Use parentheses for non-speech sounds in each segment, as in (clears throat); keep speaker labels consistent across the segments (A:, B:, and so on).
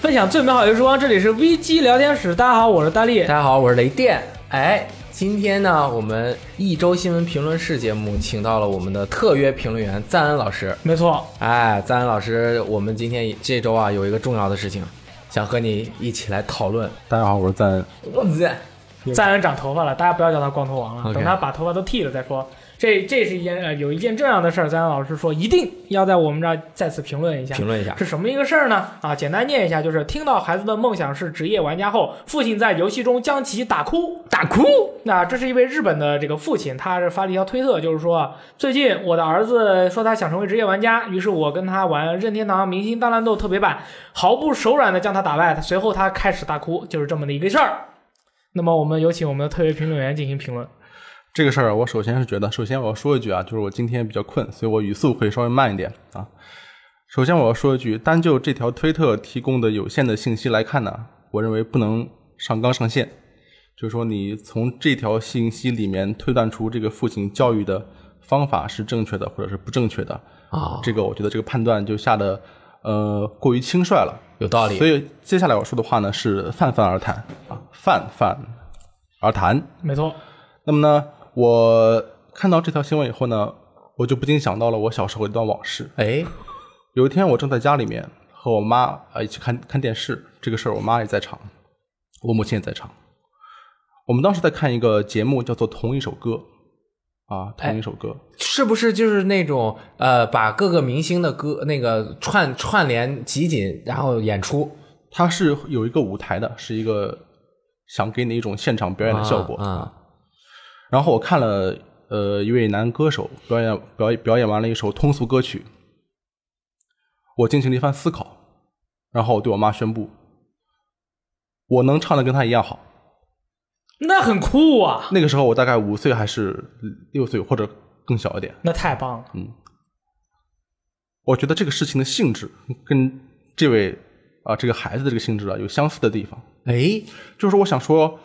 A: 分享最美好游戏时光，这里是 V G 聊天室。大家好，我是大力
B: 大。家好，我是雷电。哎，今天呢，我们一周新闻评论室节目请到了我们的特约评论员赞恩老师。
A: 没错，
B: 哎，赞恩老师，我们今天这周啊有一个重要的事情，想和你一起来讨论。
C: 大家好，我是赞恩。
B: 我们
A: 赞恩长头发了，大家不要叫他光头王了
B: OK
A: 等他把头发都剃了再说。这这是一件呃，有一件这样的事儿，赞恩老师说一定要在我们这儿再次评论一下。
B: 评论一下。
A: 是什么一个事儿呢？啊，简单念一下，就是听到孩子的梦想是职业玩家后，父亲在游戏中将其打哭，打哭。那这是一位日本的这个父亲，他是发了一条推特，就是说最近我的儿子说他想成为职业玩家，于是我跟他玩任天堂明星大乱斗特别版，毫不手软的将他打败，随后他开始大哭，就是这么的一个事儿。那么我们有请我们的特约评论员进行评论。
C: 这个事儿，我首先是觉得，首先我要说一句啊，就是我今天比较困，所以我语速会稍微慢一点啊。首先我要说一句，单就这条推特提供的有限的信息来看呢，我认为不能上纲上线。就是说，你从这条信息里面推断出这个父亲教育的方法是正确的，或者是不正确的
B: 啊
C: 这个我觉得这个判断就下的呃过于轻率了。
B: 有道理
C: 所。以接下来我说的话呢是泛泛而谈啊，泛泛而谈。
A: 没错，
C: 那么呢，我看到这条新闻以后呢，我就不禁想到了我小时候一段往事。
B: 哎，
C: 有一天，我正在家里面和我妈啊一起看看电视，这个事儿我妈也在场，我母亲也在场。我们当时在看一个节目，叫做《同一首歌》啊，
B: 哎
C: 同一首歌。
B: 是不是就是那种呃，把各个明星的歌那个串串联集锦，然后演出
C: 它是有一个舞台的，是一个想给你一种现场表演的效果。
B: 啊啊
C: 然后我看了呃一位男歌手表演表演表演完了一首通俗歌曲，我进行了一番思考，然后我对我妈宣布，我能唱的跟他一样好。
A: 那很酷啊，
C: 那个时候我大概五岁还是六岁或者更小一点，
A: 那太棒了。
C: 我觉得这个事情的性质跟这位啊这个孩子的这个性质啊有相似的地方，
B: 哎，
C: 就是我想说，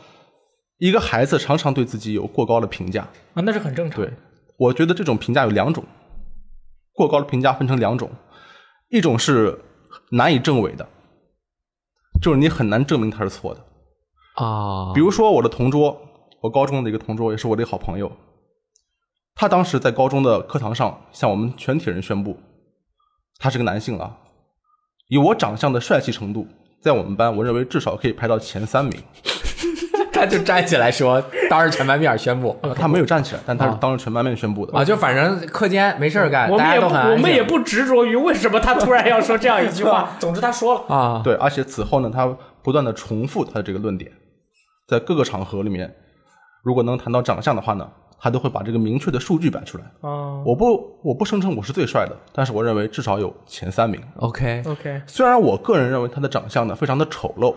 C: 一个孩子常常对自己有过高的评价，
A: 啊，那是很正常。
C: 对，我觉得这种评价有两种，过高的评价分成两种，一种是难以证伪的，就是你很难证明它是错的。
B: 啊，
C: (laughs) 比如说我的同桌，我高中的一个同桌，也是我的一个好朋友，他当时在高中的课堂上向我们全体人宣布，他是个男性了，以我长相的帅气程度，在我们班，我认为至少可以排到前三名。
B: 他就站起来说，当着全班面宣布
C: 他没有站起来，但他是当着全班面宣布的。
B: 啊，就反正课间没事儿干，
A: 我们
B: 大
A: 也
B: 家
A: 不
B: 都很安
A: 我们
B: 静
A: 也不执着于为什么他突然要说这样一句话。 (laughs) 总之他说了，
B: 啊，
C: 对，而且此后呢，他不断的重复他的这个论点，在各个场合里面，如果能谈到长相的话呢，他都会把这个明确的数据摆出来。
A: 嗯
C: 我不，我不声称我是最帅的，但是我认为至少有前三名。
B: OK，
A: ，OK，
C: 虽然我个人认为他的长相呢非常的丑陋，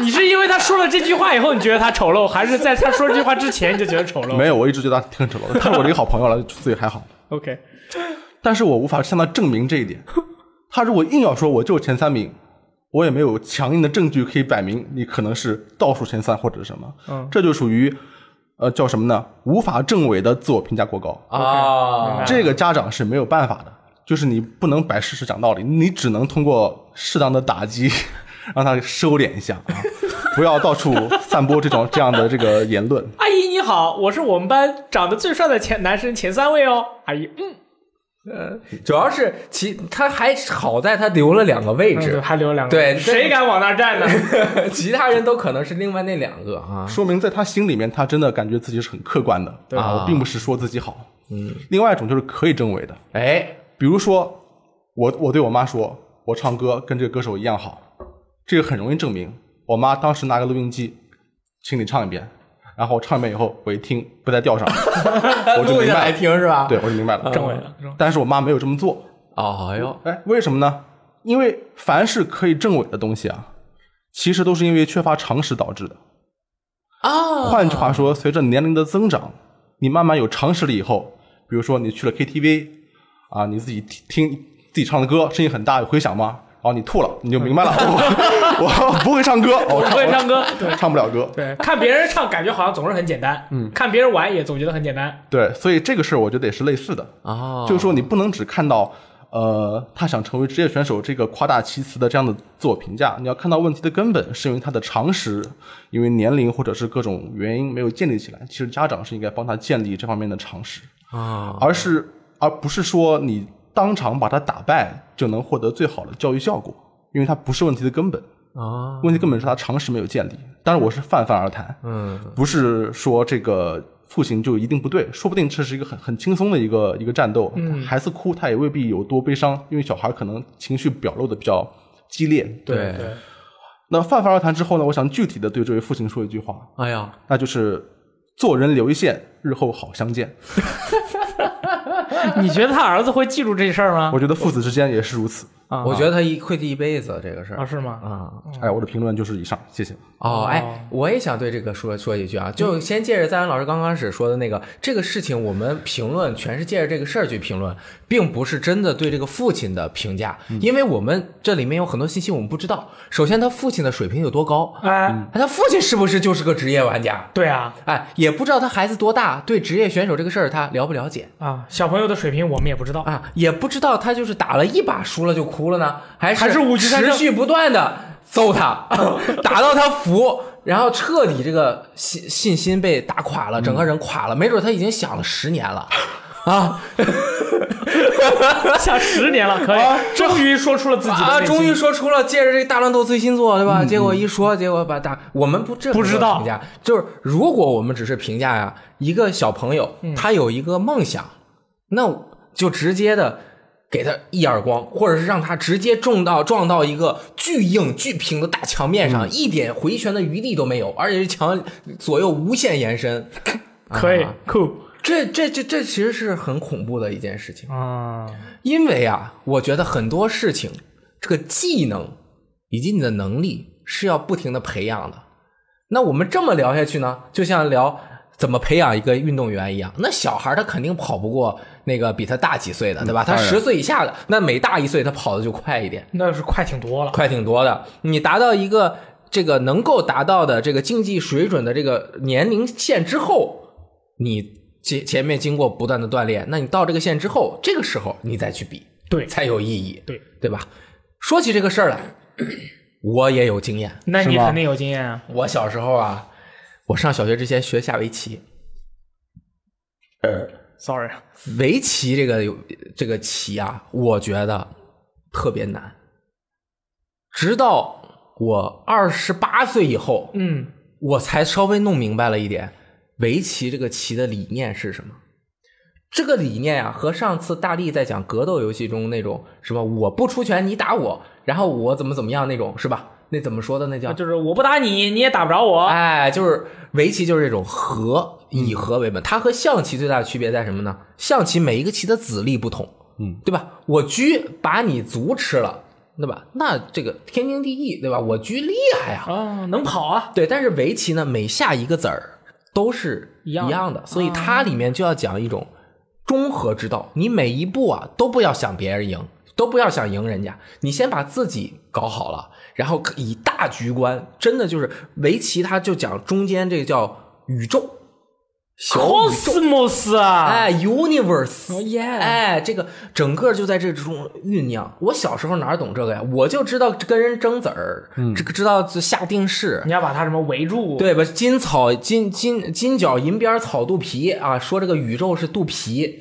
A: 你是因为他说了这句话以后你觉得他丑陋，还是在他说这句话之前你就觉得丑陋？
C: 没有，我一直觉得他挺丑陋的，他是我的一个好朋友了，所以还好。
A: ，OK，
C: 但是我无法向他证明这一点。他如果硬要说我就是前三名，我也没有强硬的证据可以摆明你可能是倒数前三或者是什么。
A: 嗯，
C: 这就属于呃叫什么呢？无法证伪的自我评价过高。
A: 明
B: 啊
A: 白，
C: 这个家长是没有办法的，就是你不能摆事实讲道理，你只能通过适当的打击， (laughs) 让他收敛一下啊，不要到处散播这种这样的这个言论。
A: 阿姨你好，我是我们班长得最帅的前男生前三位哦。阿姨，嗯，
B: 主要是其他还好在他留了两个位置，
A: 嗯还留了两个，
B: 对
A: 谁敢往那儿 (laughs) 站呢？
B: (laughs) 其他人都可能是另外那两个啊。
C: 说明在他心里面，他真的感觉自己是很客观的
A: 对
C: 啊，我并不是说自己好。嗯，另外一种就是可以证伪的，
B: 哎，
C: 比如说我我对我妈说，我唱歌跟这个歌手一样好，这个很容易证明。我妈当时拿个录音机，请你唱一遍，然后我唱一遍以后，我一听不在调上， (laughs) 我就
B: 录
C: 明
B: 下
C: 白
B: 来
C: 了，
B: 听是吧？
C: 对，我就明白了。
A: 政委了，是吧
C: 但是我妈没有这么做。
B: 哦，哎呦，
C: 哎，为什么呢？因为凡是可以证伪的东西啊，其实都是因为缺乏常识导致的。
B: 啊，
C: 换句话说，随着年龄的增长，你慢慢有常识了以后，比如说你去了 KTV 啊，你自己听听自己唱的歌，声音很大，有回响吗？然后你吐了，你就明白了，我我不会唱歌，我
A: 不会唱歌，
C: 唱唱不了歌。
A: 对，看别人唱感觉好像总是很简单，嗯，看别人玩也总觉得很简单，
C: 对，所以这个事儿我觉得也是类似的，
B: 啊，
C: 就是说你不能只看到呃，他想成为职业选手这个夸大其词的这样的自我评价。你要看到问题的根本，是因为他的常识，因为年龄或者是各种原因没有建立起来。其实家长是应该帮他建立这方面的常识，
B: 啊，
C: 而是而不是说你当场把他打败就能获得最好的教育效果，因为他不是问题的根本。
B: 啊，
C: 问题根本是他常识没有建立。当然，我是泛泛而谈，
B: 嗯，
C: 不是说这个父亲就一定不对，说不定这是一个很很轻松的一个一个战斗。
B: 嗯
C: 孩子哭他也未必有多悲伤，因为小孩可能情绪表露的比较激烈。
B: 对
A: 对，
C: 那泛泛而谈之后呢，我想具体的对这位父亲说一句话，
B: 哎呀，
C: 那就是做人留一线，日后好相见。
A: 你觉得他儿子会记住这事
B: 啊
A: 儿吗
C: 我？觉得父子之间也是如此。
A: 啊，
B: 我觉得他一会记一辈子这个事
A: 啊
B: 儿
A: 是吗？
B: 啊。
C: 哎，我的评论就是以上，谢谢。
A: 哦
B: 哦，哎，我也想对这个说说几句啊，就先借着赞恩老师刚开始说的那个这个事情，我们评论全是借着这个事儿去评论，并不是真的对这个父亲的评价，因为我们这里面有很多信息我们不知道。首先，他父亲的水平有多高，
A: 哎，
B: 他父亲是不是就是个职业玩家？
A: 对啊，
B: 哎，也不知道他孩子多大，对职业选手这个事儿他了不了解
A: 啊，小朋友的水平我们也不知道。
B: 啊？也不知道他就是打了一把输了就哭了呢，还是
A: 还是五局三
B: 持
A: 胜
B: 续不断的
A: (laughs)
B: 揍他，打到他服，然后彻底这个信信心被打垮了，整个人垮了，没准他已经想了十年了。啊
A: 想十年了，可以，终于说出了自己的
B: 啊！
A: 内心
B: 终于说出了，借着这个大乱斗最新作，对吧？结果一说，结果把大我们不这
A: 嗯不知道
B: 评价，就是如果我们只是评价呀、一个小朋友
A: 嗯
B: 他有一个梦想，那就直接的给他一耳光，或者是让他直接中到撞到一个巨硬巨平的大墙面
A: 嗯
B: 上，一点回旋的余地都没有，而且是墙左右无限延伸。
A: 可以
B: 啊
A: 酷
B: 这这这这其实是很恐怖的一件事情，
A: 啊，
B: 因为啊，我觉得很多事情，这个技能以及你的能力是要不停的培养的。那我们这么聊下去呢，就像聊怎么培养一个运动员一样。那小孩儿他肯定跑不过那个比他大几岁的，对吧？他
C: 嗯当然
B: 十岁以下的，那每大一岁他跑的就快一点，
A: 那是快挺多了。
B: 快挺多的。你达到一个这个能够达到的这个竞技水准的这个年龄线之后，你前前面经过不断的锻炼，那你到这个线之后，这个时候你再去比，
A: 对
B: 才有意义，
A: 对
B: 对吧？说起这个事儿来， (clears throat) 我也有经验。
A: 那
C: 是
A: 你
C: 吗
A: 肯定有经验啊。
B: 我小时候啊，我上小学之前学下围棋，
C: 呃
A: Sorry，
B: 围棋这个有这个棋啊，我觉得特别难。直到我二十八岁以后，
A: 嗯，
B: 我才稍微弄明白了一点，围棋这个棋的理念是什么。这个理念啊，和上次大力在讲格斗游戏中那种什么我不出拳你打我，然后我怎么怎么样那种是吧？那怎么说的那叫？
A: 啊就是我不打你，你也打不着我。
B: 哎，就是围棋就是这种和，以和为本。它和象棋最大的区别在什么呢？象棋每一个棋的子力不同，
C: 嗯，
B: 对吧？我车把你卒吃了，对吧？那这个天经地义，对吧？我车厉害呀、
A: 啊，能跑啊！
B: 对，但是围棋呢，每下一个子儿都是
A: 一
B: 一
A: 样的嗯
B: 样的，所以它里面就要讲一种中和之道。你每一步啊，都不要想别人赢，都不要想赢人家，你先把自己搞好了，然后以大局观，真的就是围棋，它就讲中间这个叫宇宙，小宇宙。
A: Cosmos 啊，
B: 哎，universe，、
A: 哦耶
B: 哎，这个整个就在这之中酝酿。我小时候哪懂这个呀？我就知道跟人争子儿，
A: 嗯
B: 这个知道下定式，
A: 你要把它什么围住？，
B: 对吧？金草金金金角银边草肚皮啊，说这个宇宙是肚皮，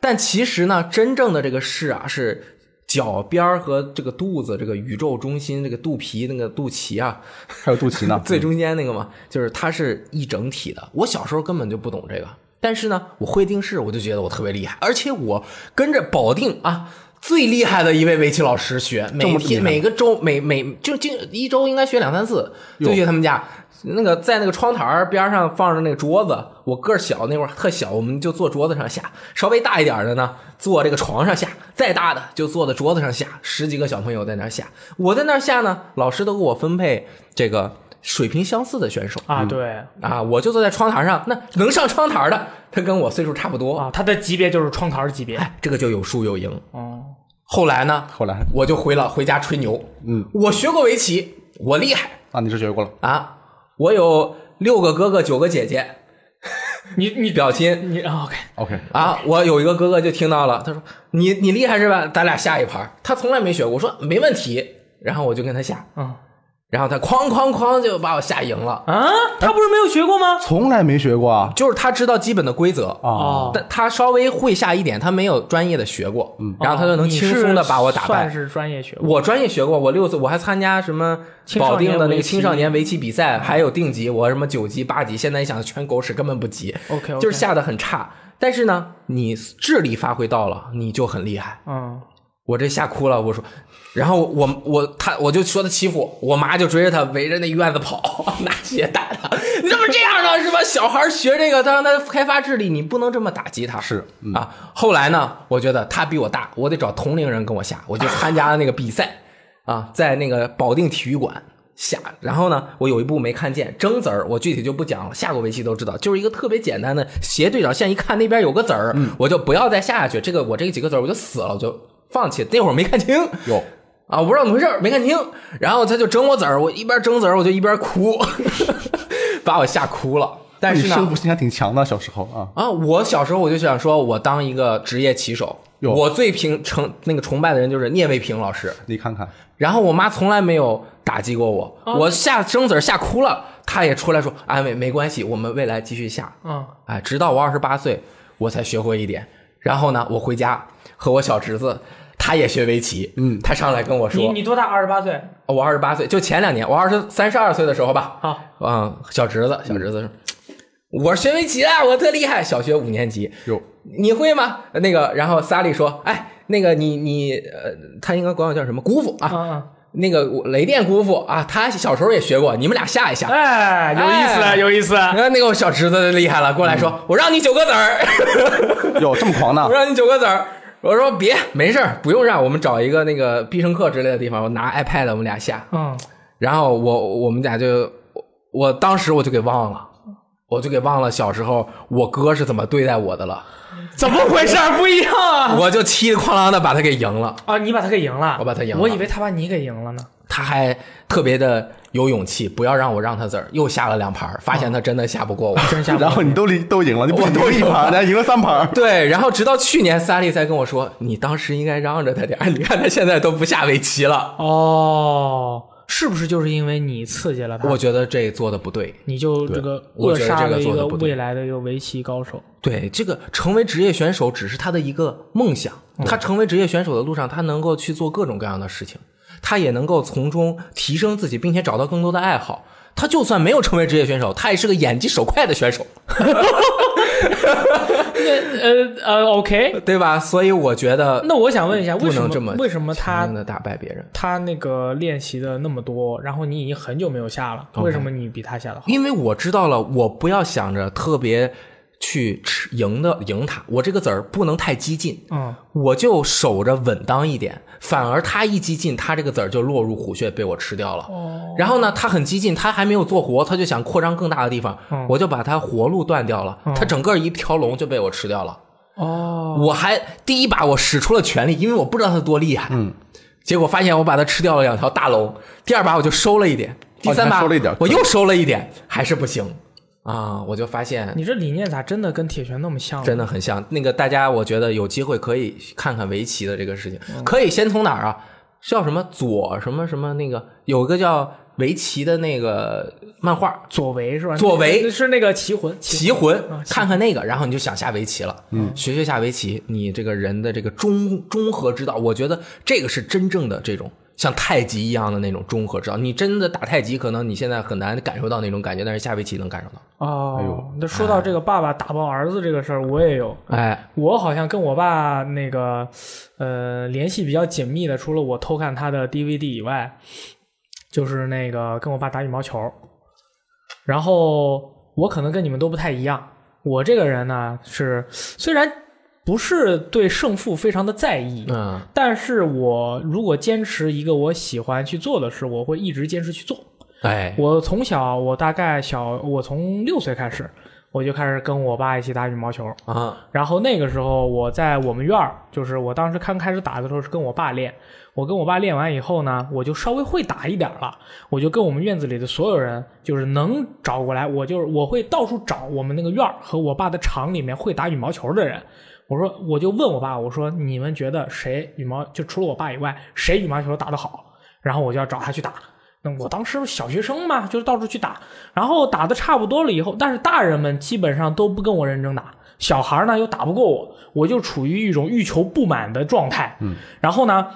B: 但其实呢，真正的这个是啊是脚边儿和这个肚子这个宇宙中心这个肚皮那个肚脐啊，，
C: 还有肚脐呢
B: (laughs) 最中间那个嘛，就是它是一整体的。我小时候根本就不懂这个，但是呢，我会定式，我就觉得我特别厉害，而且我跟着保定啊。最厉害的一位围棋老师学，每
C: 么厉
B: 天
C: 害
B: 每个周每每就就一周应该学两三次，就去他们家那个在那个窗台儿边上放着那个桌子，我个儿小那会儿特小，我们就坐桌子上下，稍微大一点的呢坐这个床上下，再大的就坐在桌子上下，十几个小朋友在那儿下，我在那儿下呢，老师都给我分配这个水平相似的选手
A: 啊，对
B: 啊，我就坐在窗台上，那能上窗台的，他跟我岁数差不多，
A: 啊，它的级别就是窗台级别。
B: 哎，这个就有输有赢。
A: 哦，
B: 后来呢，
C: 后来
B: 我就回了回家吹牛，
C: 嗯，
B: 我学过围棋，我厉害
C: 啊，你是学过了，
B: 啊，我有六个哥哥九个姐姐， (laughs)
A: 你你
B: 表亲
A: 你啊 OK，
B: (laughs)
C: OK，
B: 啊，我有一个哥哥就听到了，他说你你厉害是吧？咱俩下一盘。他从来没学过，我说没问题，然后我就跟他下，
A: 嗯
B: 然后他哐哐哐就把我下赢了。
A: 啊，他不是没有学过吗？
C: 从来没学过啊。
B: 就是他知道基本的规则，
C: 啊，
A: 哦，
B: 但他稍微会下一点，他没有专业的学过，然后他就能轻松的把我打
A: 算
B: 败。
A: 哦是专业学过。
B: 我专业学过，我六岁我还参加什么保定的那个青
A: 青
B: 少
A: 少
B: 年
A: 年
B: 围棋比赛，还有定级，我什么九级、八级，现在一想全狗屎，根本不及，
A: OK，
B: 就是下的很差。但是呢，你智力发挥到了，你就很厉害。
A: 嗯，
B: 我这吓哭了，我说，然后我我他我就说他欺负我，我妈就追着他围着那院子跑， (laughs) 拿鞋打他，你怎么这样呢？是吧？小孩学这个，他让他开发智力，你不能这么打击他。
C: 是嗯
B: 啊，后来呢，我觉得他比我大，我得找同龄人跟我下，我就参加了那个比赛啊，在那个保定体育馆。下，然后呢，我有一步没看见，争子儿，我具体就不讲了。下过围棋都知道，就是一个特别简单的斜对角线，一看那边有个子儿，
C: 嗯
B: 我就不要再下去。这个我这几个子儿我就死了，我就放弃。那会儿没看清，
C: 有
B: 啊，我不知道怎么回事儿，没看清。然后他就整我子儿，我一边整子儿我就一边哭， (laughs) 把我吓哭了。但是
C: 你胜
B: 呢
C: 负，心还挺强的，小时候啊。
B: 啊，我小时候我就想说，我当一个职业棋手。
C: 哟
B: 我最平成那个崇拜的人就是聂卫平老师，
C: 你看看，
B: 然后我妈从来没有打击过我，
A: 哦
B: 我下生子儿吓哭了，她也出来说安慰，没关系，我们未来继续下。
A: 嗯，
B: 哎，直到我二十八岁，我才学会一点。然后呢，我回家和我小侄子，他也学围棋，嗯，他上来跟我说，
A: 你你多大？二十八岁
B: 我二十八岁，就前两年，我二十三十二岁的时候吧，
A: 啊？
B: 嗯，小侄子，小侄子说，我学围棋啊，我特厉害，小学五年级，
C: 有
B: 你会吗？那个，然后萨利说，哎，那个你你呃，他应该管我叫什么姑父啊？
A: 嗯，
B: 那个我雷电姑父啊，他小时候也学过，你们俩下一下。
A: 哎，有意
B: 哎
A: 思，有意思。啊
B: 然后那个我小侄子厉害了，过来说，我让你九个子儿。 (laughs)
C: 有这么狂呢
B: 我？让你九个子儿。我说别，没事儿，不用让，我们找一个那个必胜客之类的地方，我拿 iPad 我们俩下，
A: 嗯，
B: 然后我我们俩就，我我当时我就给忘了，我就给忘了小时候我哥是怎么对待我的了，
A: 怎么回事？不一样啊！
B: 我就气得哐啷的把他给赢了，
A: 啊，你把他给赢了，
B: 我把他赢了
A: 我以为他把你给赢了呢。
B: 他还特别的有勇气，不要让我让他子儿，又下了两盘儿，发现他真的下不过我，
A: 真吓
C: 然后你都离都赢了，你不仅都一盘，你还赢了三盘。
B: (laughs) 对，然后直到去年三丽才跟我说，你当时应该嚷着他点儿，你看他现在都不下围棋了，
A: 哦，是不是就是因为你刺激了他？
B: 我觉得这做的不对。
A: 你就这个
B: 我
A: 扼
B: 觉得这
A: 杀
B: 个
A: 了一
B: 做得
A: 个
B: 不对
A: 未来的一个围棋高手。
B: 对，这个成为职业选手只是他的一个梦想。
A: 嗯
B: 他成为职业选手的路上，他能够去做各种各样的事情，他也能够从中提升自己，并且找到更多的爱好。他就算没有成为职业选手，他也是个眼疾手快的选手，
A: 呃呃，OK，
B: 对吧？所以我觉得
A: 那我想问一下，为
B: 不
A: 什
B: 能
A: 么
B: 这么
A: 为什么他
B: 的打败别人，
A: 他那个练习的那么多，然后你已经很久没有下了，为什么你比他下的好？
B: 因为我知道了，我不要想着特别去吃赢的赢他，我这个子儿不能太激进。
A: 嗯，
B: 我就守着稳当一点，反而他一激进，他这个子儿就落入虎穴，被我吃掉了。
A: 哦，
B: 然后呢，他很激进，他还没有做活，他就想扩张更大的地方，
A: 嗯
B: 我就把他活路断掉了，
A: 嗯
B: 他整个一条龙就被我吃掉了。
A: 哦，
B: 我还第一把我使出了全力，因为我不知道他多厉害，嗯，结果发现我把他吃掉了两条大龙。第二把我就收了一点，第三
C: 哦你
B: 把
C: 还收了一点
B: 我又收了一点，还是不行啊！我就发现
A: 你这理念咋真的跟铁拳那么像？
B: 真的很像那个大家，我觉得有机会可以看看围棋的这个事情，可以先从哪儿啊？叫什么左什么什么那个，有一个叫围棋的那个漫画，
A: 左为是吧？
B: 左为
A: 那是那个棋魂，
B: 棋魂
A: 啊，棋
B: 看看那个，然后你就想下围棋了，嗯，学学下围棋，你这个人的这个中中和之道，我觉得这个是真正的这种像太极一样的那种中和之道。你真的打太极，可能你现在很难感受到那种感觉，但是下围棋能感受到。
C: 哎
A: 哦
C: 呦，
A: 那说到这个爸爸打爆儿子这个事儿，我也有。
B: 哎，
A: 我好像跟我爸那个，呃，联系比较紧密的，除了我偷看他的 DVD 以外，就是那个跟我爸打羽毛球。然后我可能跟你们都不太一样，我这个人呢是虽然不是对胜负非常的在意，
B: 嗯，
A: 但是我如果坚持一个我喜欢去做的事，我会一直坚持去做。
B: 哎，
A: 我从小，我大概小，我从六岁开始，我就开始跟我爸一起打羽毛球。
B: 啊，
A: 然后那个时候我在我们院儿，就是我当时刚开始打的时候是跟我爸练，我跟我爸练完以后呢，我就稍微会打一点儿了，我就跟我们院子里的所有人，就是能找过来，我就是我会到处找我们那个院儿和我爸的厂里面会打羽毛球的人。我说，我就问我爸，我说你们觉得谁羽毛就除了我爸以外，谁羽毛球打得好？然后我就要找他去打。那我当时小学生嘛，就是到处去打，然后打的差不多了以后，但是大人们基本上都不跟我认真打，小孩儿呢又打不过我，我就处于一种欲求不满的状态。嗯，然后呢，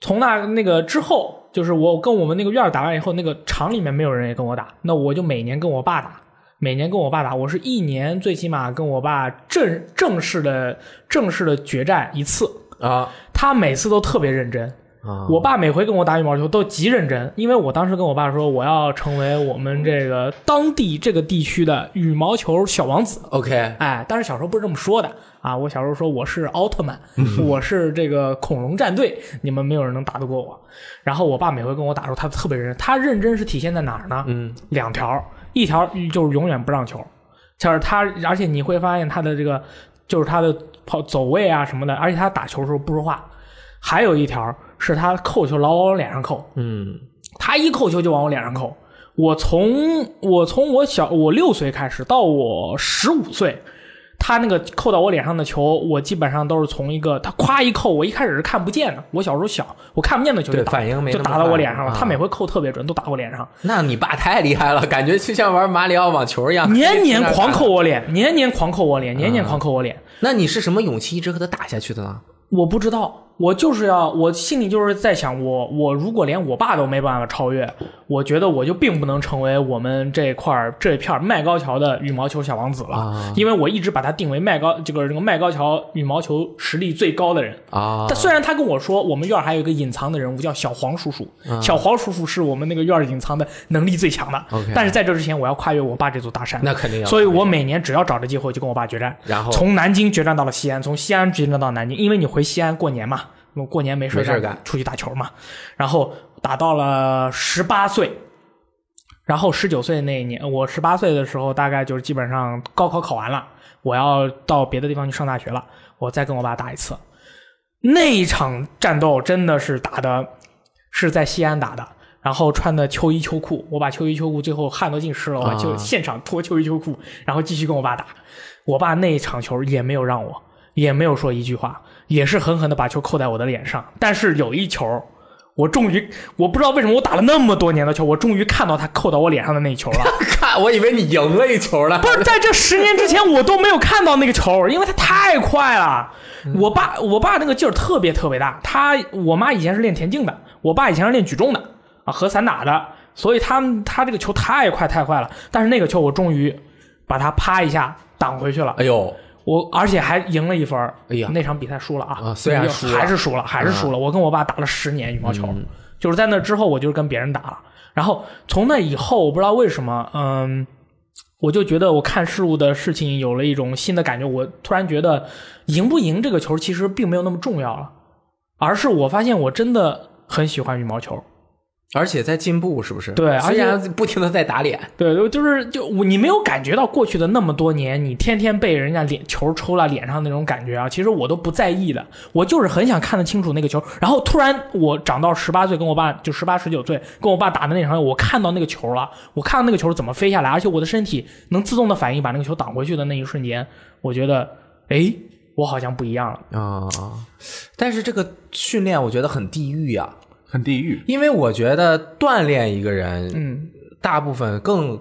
A: 从那那个之后，就是我跟我们那个院儿打完以后，那个厂里面没有人也跟我打，那我就每年跟我爸打，每年跟我爸打，我是一年最起码跟我爸正正式的正式的决战一次，
B: 啊
A: 他每次都特别认真。
B: 啊，
A: 我爸每回跟我打羽毛球都极认真，因为我当时跟我爸说我要成为我们这个当地这个地区的羽毛球小王子。
B: OK
A: 哎，但是小时候不是这么说的啊！我小时候说我是奥特曼，我是这个恐龙战队，你们没有人能打得过我。然后我爸每回跟我打的时候，他特别认真，他认真是体现在哪儿呢？嗯，两条，一条就是永远不让球，就是他，而且你会发现他的这个就是他的跑走位啊什么的，而且他打球的时候不说话。还有一条是他扣球老往我脸上扣，
B: 嗯
A: 他一扣球就往我脸上扣。我从我从我小我六岁开始到我十五岁，他那个扣到我脸上的球，我基本上都是从一个他咵一扣，我一开始是看不见的。我小时候小，我看不见的球就
B: 对
A: 打
B: 反应没
A: 就
B: 那么
A: 打到我
B: 快
A: 脸上了。
B: 啊
A: 他每回扣特别准，都打我脸上，
B: 那你爸太厉害了，感觉就像玩马里奥网球一样，
A: 年年狂扣。我
B: 啊
A: 脸，年年狂扣我脸，年年狂扣我脸。
B: 那你是什么勇气一直和他打下去的呢？
A: 我不知道，我就是要，我心里就是在想，我我如果连我爸都没办法超越，我觉得我就并不能成为我们这块儿这片儿麦高桥的羽毛球小王子了，
B: 啊
A: 因为我一直把他定为麦高这个这个麦高桥羽毛球实力最高的人。
B: 啊
A: 但虽然他跟我说，我们院儿还有一个隐藏的人物叫小黄叔叔，
B: 啊
A: 小黄叔叔是我们那个院儿隐藏的能力最强的
B: OK
A: 但是在这之前，我要跨越我爸这座大山。
B: 那肯定要，
A: 所以我每年只要找着机会就跟我爸决战，
B: 然后
A: 从南京决战到了西安，从西安决战到南京，因为你回西安过年嘛，我过年没事儿
B: 没事儿干
A: 出去打球嘛，然后打到了十八岁。然后十九岁那一年，我十八岁的时候，大概就是基本上高考考完了，我要到别的地方去上大学了，我再跟我爸打一次。那一场战斗真的是打的，是在西安打的，然后穿的秋衣秋裤，我把秋衣秋裤最后汗都浸湿了，我把秋
B: 啊
A: 现场脱秋衣秋裤，然后继续跟我爸打。我爸那一场球也没有让我，也没有说一句话，也是狠狠的把球扣在我的脸上。但是有一球，我终于，我不知道为什么我打了那么多年的球，我终于看到他扣到我脸上的那一球了。
B: (laughs) 看我以为你赢了一球了 (laughs)
A: 不，是在这十年之前，我都没有看到那个球，因为它太快了。我爸，我爸那个劲儿特别特别大。他，我妈以前是练田径的，我爸以前是练举重的啊，和散打的，所以他们他这个球太快太快了。但是那个球，我终于把它啪一下挡回去了，
B: 哎呦，
A: 我而且还赢了一分儿。
B: 哎呀
A: 那场比赛输了啊，
B: 啊虽然输了啊嗯
A: 还是输了，还是输了。我跟我爸打了十年羽毛球，就是在那之后，我就是跟别人打了。然后从那以后，我不知道为什么，嗯，我就觉得我看事物的事情有了一种新的感觉。我突然觉得，赢不赢这个球其实并没有那么重要了，而是我发现我真的很喜欢羽毛球。
B: 而且在进步是不是？
A: 对而且
B: 虽然不停的在打脸，
A: 对，就是就我你没有感觉到过去的那么多年，你天天被人家脸球抽了脸上那种感觉啊，其实我都不在意的，我就是很想看得清楚那个球。然后突然我长到十八岁，跟我爸就十八十九岁跟我爸打的那场，我看到那个球了，我看到那个球怎么飞下来，而且我的身体能自动的反应把那个球挡回去的那一瞬间，我觉得，哎，我好像不一样了。
B: 啊、但是这个训练我觉得很地狱呀、
C: 很地狱。
B: 因为我觉得锻炼一个人，
A: 嗯，
B: 大部分更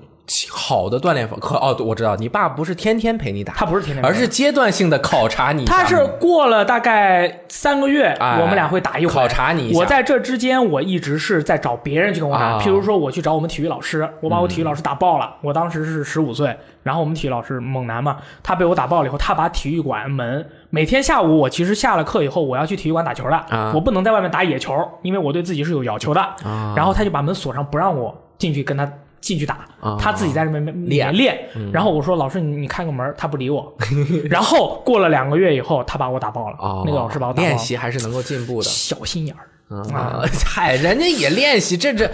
B: 好的锻炼方可哦，我知道你爸不是天天陪你打，
A: 他不是天天陪
B: 而是阶段性的考察你一下，
A: 他是哎过了大概三个月，
B: 哎
A: 我们俩会打一回。
B: 考察你一下
A: 我在这之间，我一直是在找别人去跟我打。
B: 啊嗯
A: 譬如说，我去找我们体育老师，我把我体育老师打爆了。我当时是十五岁，然后我们体育老师猛男嘛，他被我打爆了以后，他把体育馆门每天下午，我其实下了课以后，我要去体育馆打球的，
B: 啊
A: 我不能在外面打野球，因为我对自己是有要求的。
B: 啊
A: 然后他就把门锁上，不让我进去跟他。进去打，
B: 啊
A: 他自己在那边
B: 练
A: 练
B: 嗯
A: 练。然后我说：“老师，你你开个门儿。”他不理
B: (laughs)
A: 我。然后过了两个月以后，他把我打爆了。
B: 哦，
A: 那个老师把我打爆了。
B: 练嗯习还是能够进步的啊
A: 小心眼儿，啊
B: 啊！嗨、人家也练习，这这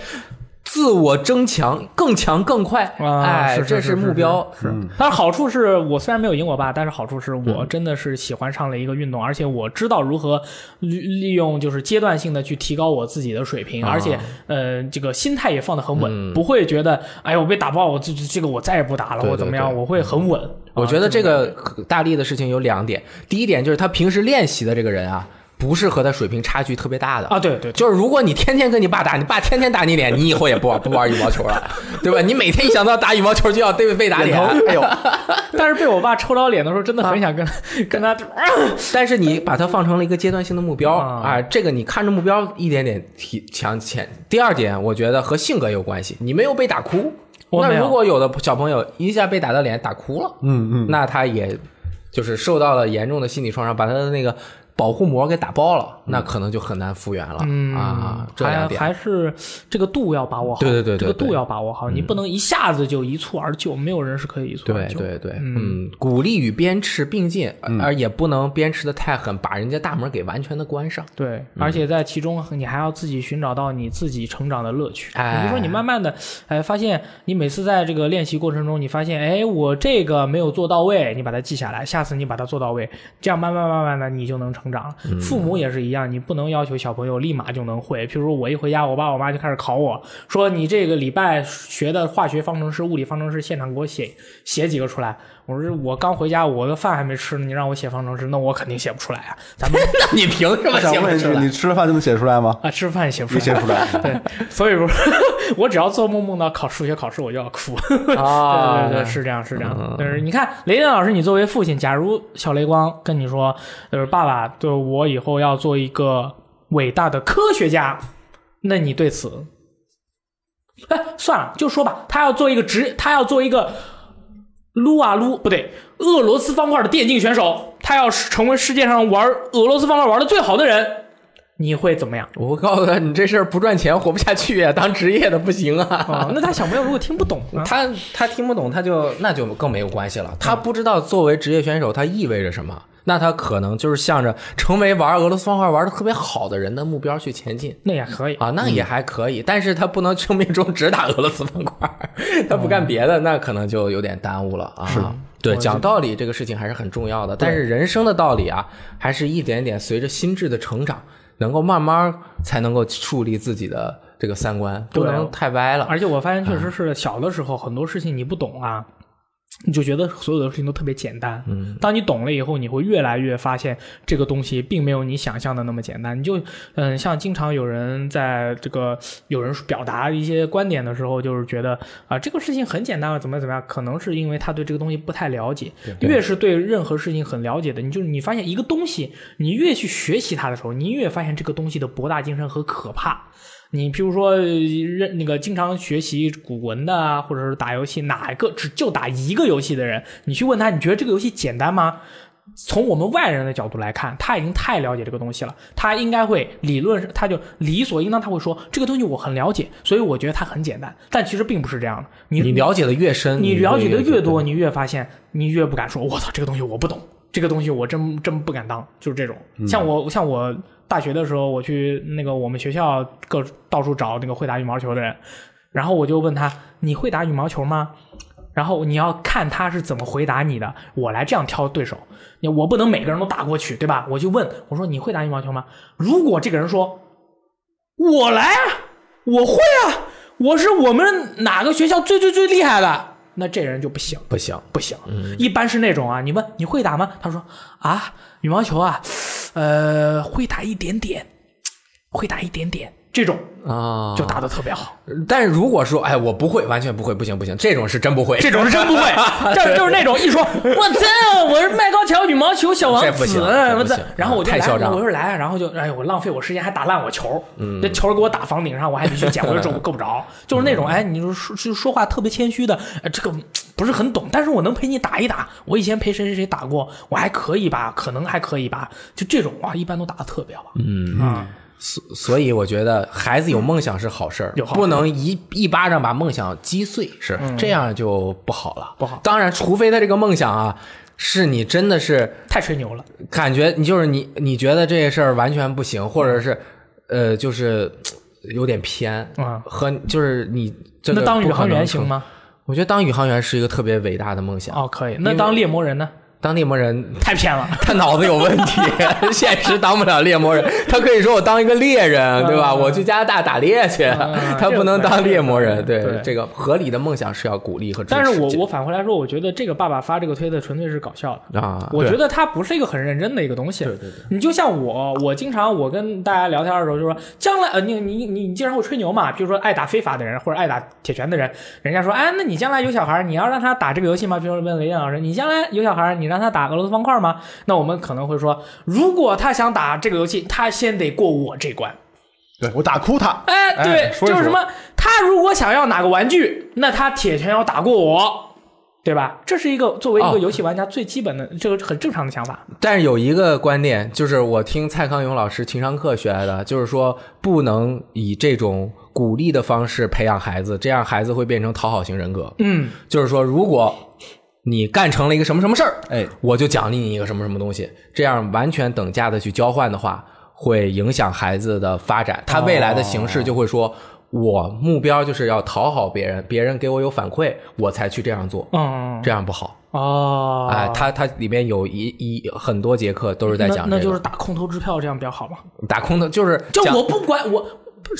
B: 自我争强，更强更快，
A: 啊
B: 哎，
A: 是是
B: 这
A: 是是
B: 目标。
A: 是，但是好处是我虽然没有赢我爸，但是好处是我
B: 嗯
A: 真的是喜欢上了一个运动，而且我知道如何利利用就是阶段性的去提高我自己的水平，而
B: 啊
A: 且呃这个心态也放得很稳，不会觉得哎呀我被打爆，我这这这个我再也不打了，
B: 嗯对
A: 我怎么样，
B: 对对
A: 我会很稳。
B: 我
A: 啊
B: 觉得这个大力的事情有两点，第一点就是他平时练习的这个人啊，不是和他水平差距特别大的
A: 啊，对对对，
B: 就是如果你天天跟你爸打，你爸天天打你脸，你以后也不玩不玩羽毛球
A: (laughs)
B: 了，对吧？你每天一想到打羽毛球就要被被打脸，啊
A: 哎呦！但是被我爸抽到脸的时候，真的很想
B: (laughs)
A: 跟他、跟他
B: 但是你把它放成了一个阶段性的目标
A: 啊
B: 啊，这个你看着目标一点点提强前。第二点，我觉得和性格有关系，你没有被打哭。
A: 我没
B: 那
A: 有
B: 如果有的小朋友一下被打到脸打哭了，
C: 嗯嗯，
B: 那他也就是受到了严重的心理创伤，把他的那个保护膜给打爆了，那可能就很难复原了、
A: 嗯
B: 啊。这两点
A: 还还是这个度要把握好，
B: 对对对对
A: 这个度
B: 对嗯
A: 要把握好，你不能一下子就一蹴而就，没有人是可以一蹴
B: 对
A: 而就。
B: 对对，
A: 嗯
B: 嗯，鼓励与鞭笞并进，呃而也不能鞭笞的太狠，把人家大门给完全的关上。
A: 对，而且在其中你还要自己寻找到你自己成长的乐趣。
B: 哎
A: 比如说你慢慢的，哎，发现你每次在这个练习过程中，你发现，哎，我这个没有做到位，你把它记下来，下次你把它做到位，这样慢慢慢慢的你就能成长了。父母也是一样，你不能要求小朋友立马就能会。譬如我一回家，我爸我妈就开始考我，说你这个礼拜学的化学方程式、物理方程式，现场给我写写几个出来。我说我刚回家，我的饭还没吃呢，你让我写方程式，那我肯定写不出来啊。咱们 (laughs)？
B: 那 (laughs) 你凭什么
C: 我想
B: 写
C: 问
B: 不
C: 一
B: 出
C: 句，
B: (laughs) 来？
C: 你吃了饭就能写出来吗
A: 啊，吃饭写不
C: (laughs) 你
A: 出
C: 写
A: 来。
C: 不出来。
A: 对，所以说， (laughs) 我只要做梦梦到考数学考试，我就要哭。 (laughs)
B: 啊
A: 对对对，是这样，是这样。就是你看，雷电老师，你作为父亲，假如小雷光跟你说，就是爸爸，就是我以后要做一个伟大的科学家，那你对此，哎，算了，就说吧，他要做一个职，他要做一个撸啊撸，不对，俄罗斯方块的电竞选手，他要成为世界上玩俄罗斯方块玩的最好的人，你会怎么样？
B: 我告诉他，你这事儿不赚钱，活不下去呀、当职业的不行啊。
A: 啊，那他小朋友如果听不懂呢？
B: 他他听不懂，他就那就更没有关系了。他不知道作为职业选手，他意味着什么。那他可能就是向着成为玩俄罗斯方块玩的特别好的人的目标去前进
A: 那也可以。
B: 啊，那也还可以。但是他不能生命中只打俄罗斯方块，他不
A: 哦
B: 干别的，那可能就有点耽误了啊。是，对，讲道理这个事情还是很重要的。但是人生的道理啊，还是一点点随着心智的成长，能够慢慢才能够树立自己的这个三观，不
A: 对哦
B: 能太歪了。
A: 而且我发现，确实是小的时候很多事情你不懂啊，你就觉得所有的事情都特别简单。嗯，当你懂了以后，你会越来越发现这个东西并没有你想象的那么简单。你就嗯，像经常有人在这个有人表达一些观点的时候，就是觉得啊、这个事情很简单啊，怎么样怎么样，可能是因为他对这个东西不太了解。越是对任何事情很了解的，你就是你发现一个东西，你越去学习它的时候，你越发现这个东西的博大精深和可怕。你譬如说，呃认那个经常学习古文的啊，或者是打游戏，哪一个只就打一个游戏的人，你去问他，你觉得这个游戏简单吗？从我们外人的角度来看，他已经太了解这个东西了，他应该会理论上，他就理所应当他会说这个东西我很了解，所以我觉得它很简单，但其实并不是这样的。你
B: 你了解的越深，
A: 你
B: 你
A: 了解的
B: 会
A: 越
B: 觉
A: 多，
B: 得，
A: 你越发现你越不敢说，我操，这个东西我不懂，这个东西我真真不敢当，就是这种。
B: 嗯
A: 像我像我大学的时候，我去那个我们学校各到处找那个会打羽毛球的人，然后我就问他，你会打羽毛球吗？然后你要看他是怎么回答你的，我来这样挑对手。你我不能每个人都打过去，对吧？我就问我说你会打羽毛球吗？如果这个人说我来啊，我会啊，我是我们哪个学校最最最厉害的，那这人就不行。
B: 不行。
A: 不行，一般是那种啊，你问你会打吗？他说啊，羽毛球啊，呃，会打一点点，会打一点点，这种
B: 啊，
A: 就打得特别好。
B: 但是如果说，哎，我不会，完全不会，不行不行，这种是真不会，
A: 这种是真
B: (laughs)
A: 不会，这就是那种一说，我真啊我是迈高桥羽毛球小王
B: 这不
A: 子，啊
B: 行这不
A: 我这
B: 行，啊
A: 然后我就
B: 太
A: 来，
B: 嚣张了嗯
A: 我就来，然后就哎呦，我浪费我时间，还打烂我球，这球给我打房顶上，我还得去捡，我就够够不
B: (laughs)
A: 着，就是那种
B: 嗯
A: 哎，你就说就说话特别谦虚的，哎这个嗯不是很懂，但是我能陪你打一打，我以前陪谁谁谁打过，我还可以吧，可能还可以吧，就这种啊哇，一般都打得特别好，嗯啊，
B: 所所以我觉得孩子有梦想是好事儿
A: 有，好
B: 不能一一巴掌把梦想击碎，是这样就不好了，
A: 不好。
B: 当然，除非他这个梦想啊，是你真的是
A: 太吹牛了，
B: 感觉你就是你，你觉得这事儿完全不行，或者是呃，就是有点偏
A: 啊
B: 和就是你这个
A: 那当
B: 不
A: 宇
B: 可
A: 航员
B: 能
A: 行
B: 成？
A: 吗？
B: 我觉得当宇航员是一个特别伟大的梦想。
A: 哦，可以。
B: 因
A: 那
B: 为
A: 当猎魔人呢？
B: 当猎魔人，
A: 太偏了。
B: 他脑子有问
A: (laughs)
B: 题，现实当不了猎魔人。他可以说我当一个猎人，对吧？
A: 嗯
B: 我去加拿大打猎去，
A: 嗯
B: (laughs) 他不能当猎魔
A: 这
B: 人。对
A: 个可以对
B: 这个合理的梦想是要鼓励和支持。
A: 但是我我反过来说，我觉得这个爸爸发这个推特纯粹是搞笑的。
B: 我啊，
A: 我觉得它不是一个很认真的一个东西。
C: 对对，
A: 你就像我，我经常我跟大家聊天的时候就说，将来呃，你你你你经常会吹牛嘛，比如说爱打非法的人或者爱打铁拳的人，人家说，哎，那你将来有小孩儿，你要让他打这个游戏吗？比如说问雷电老师，你将来有小孩儿，你让他打俄罗斯方块吗？那我们可能会说，如果他想打这个游戏，他先得过我这关。
C: 对我打哭他。
A: 哎，对，
C: 哎说一
A: 就是
C: 说
A: 什么，他如果想要哪个玩具，那他铁拳要打过我，对吧？这是一个作为一个
B: 哦
A: 游戏玩家最基本的，这个很正常的想法。
B: 但是有一个观点，就是我听蔡康永老师情商课学来的，就是说不能以这种鼓励的方式培养孩子，这样孩子会变成讨好型人格。
A: 嗯，
B: 就是说，如果你干成了一个什么什么事儿，
C: 哎，
B: 我就奖励你一个什么什么东西，这样完全等价的去交换的话，会影响孩子的发展，他未来的形式就会说。我目标就是要讨好别人，别人给我有反馈，我才去这样做，
A: 嗯，
B: 这样不好。
A: 哦，
B: 哎，它它里面有一一很多节课都是在
A: 那
B: 讲这
A: 那
B: 个，
A: 就是打空头支票，这样比较好嘛？
B: 打空的，就是
A: 就
B: 讲
A: 我不管我。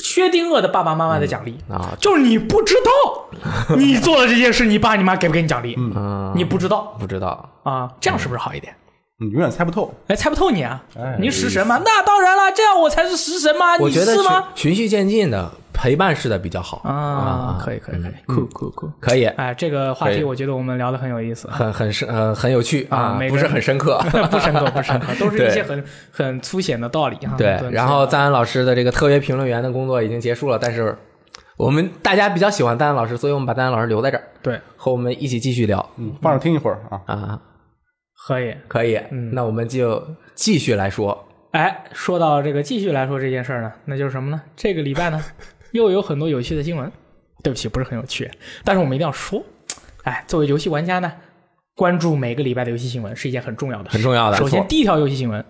A: 薛定谔的爸爸妈妈的奖励、
B: 啊，
A: 就是你不知
B: (laughs)
A: 道你做了这件事，你爸你妈给不给你奖励？
B: 嗯，
A: 你不知道
B: 不知道，
A: 啊，这样是不是好一点？
C: 你嗯永远猜不透。
A: 哎，猜不透你啊！
C: 哎
A: 你是食神吗？那当然了，这样我才是食神吗？
B: 我
A: 你
B: 觉得
A: 是吗？
B: 循循序渐进的陪伴式的比较好
A: 啊，可以
B: 嗯
A: 可以可以，酷酷酷！
B: 可以，，
A: 哎，这个话
C: 可
A: 题
C: 以
A: 我觉得我们聊的很有意思 (laughs)
B: 很很深呃很有趣
A: 啊
B: 啊
A: 每，个
B: 不是很深
A: (laughs)
B: 刻。
A: 不深刻不深刻，都是一
B: 对
A: 些很很粗显的道理哈。
B: 对
A: 很，
B: 然后赞恩老师的这个特约评论员的工作已经结束了，但是我们大家比较喜欢赞恩老师，所以我们把赞恩老师留在这儿，
A: 对，
B: 和我们一起继续聊
C: 嗯，放着听一会儿啊。
B: 啊，
A: 可以。
B: 可以。
A: 嗯
B: 那我们就继续来说，
A: 哎，说到这个，继续来说这件事儿呢，那就是什么呢？这个礼拜
B: (laughs)
A: 呢，又有很多有趣的新闻。对不起，不是很有趣，但是我们一定要说。哎，作为游戏玩家呢，关注每个礼拜的游戏新闻是一件很重要的事
B: 很。重要的。
A: 首
B: 没
A: 先，
B: 错
A: 第一条游戏新闻，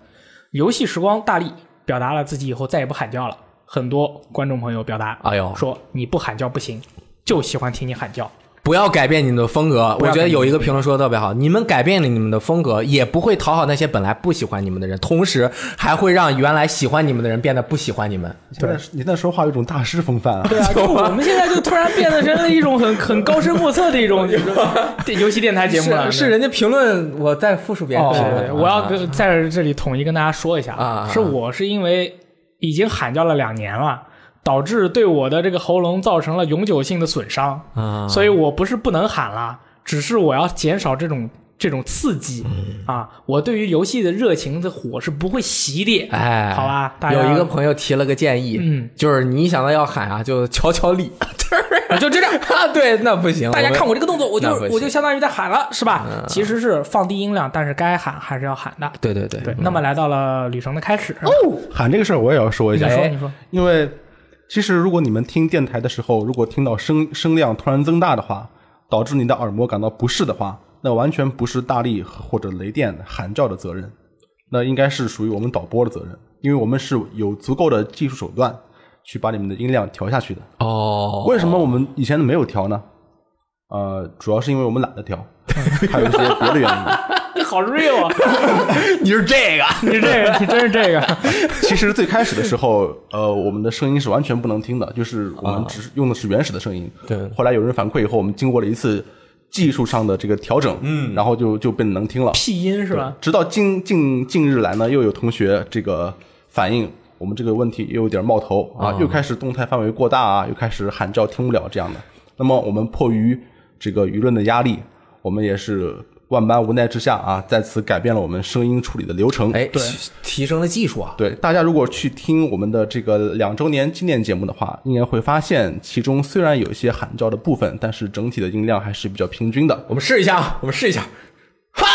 A: 游戏时光大力表达了自己以后再也不喊叫了。很多观众朋友表达，
B: 哎呦，
A: 说你不喊叫不行，就喜欢听你喊
B: (laughs)
A: 叫。
B: 不要改变你们的风格。
A: 不
B: 我
A: 要改变
B: 觉得有一个评论说的特别好，你们改变了你们的风格，也不会讨好那些本来不喜欢你们的人，同时还会让原来喜欢你们的人变得不喜欢你们。
C: 你现在你现在说话有一种大师风范啊。
A: 对啊，就我们现在就突然变得成了一种很很高深莫测的一种
B: (laughs)
A: 电游戏电台节目了。
B: 是是人家评论，我在附属别人
A: 对，对
B: 评论
A: 哦对
B: 的。
A: 我要
B: 啊
A: 跟在这里统一跟大家说一下
B: 啊
A: 是我是因为已经喊叫了两年了，导致对我的这个喉咙造成了永久性的损伤。
B: 啊，
A: 所以我不是不能喊啦，只是我要减少这种这种刺激啊。我对于游戏的热情的火是不会熄的。
B: 嗯哎，
A: 好吧大家
B: 有一个朋友提了个建议，
A: 嗯，
B: 就是你想到要喊啊，就悄悄力， (laughs)
A: 我就这样，
B: 啊，对，那不行，
A: 大家看
B: 我
A: 我这个动作，我就
B: 那不行嗯
A: 我就相当于在喊了，是吧？其实是放低音量，但是该喊还是要喊的。
B: 们，对对对
A: 对，那么来到了旅程的开始。哦，
C: 喊这个事儿我也要说一
A: 你
C: 下，
B: 哎
A: 说，你说， (laughs)
C: 因为其实如果你们听电台的时候，如果听到声声量突然增大的话，导致你的耳膜感到不适的话，那完全不是大力或者雷电喊叫的责任，那应该是属于我们导播的责任，因为我们是有足够的技术手段去把你们的音量调下去的。
B: 哦，
C: 为什么我们以前没有调呢？呃，主要是因为我们懒得调， (laughs) 还有一些别的原因。
A: 好 real 啊！ (laughs)
B: 你是这个，
A: 你这个，你真是这个。
C: 其实最开始的时候， (laughs) 呃，我们的声音是完全不能听的，就是我们只是用的是原始的声音。
B: 对
C: 后来有人反馈以后，我们经过了一次技术上的这个调整，嗯，然后就就变得能听了。
A: 屁音是吧？
C: 直到近近近日来呢，又有同学这个反映我们这个问题又有点冒头啊，又开始动态范围过大啊，又开始喊叫听不了这样的。那么我们迫于这个舆论的压力，我们也是万般无奈之下啊，再次改变了我们声音处理的流程。
B: 哎，
A: 对
B: 提提升了技术啊，
C: 对，大家如果去听我们的这个两周年纪念节目的话，应该会发现其中虽然有一些喊叫的部分，但是整体的音量还是比较平均的。
B: 我们试一下啊，我们试一下，哈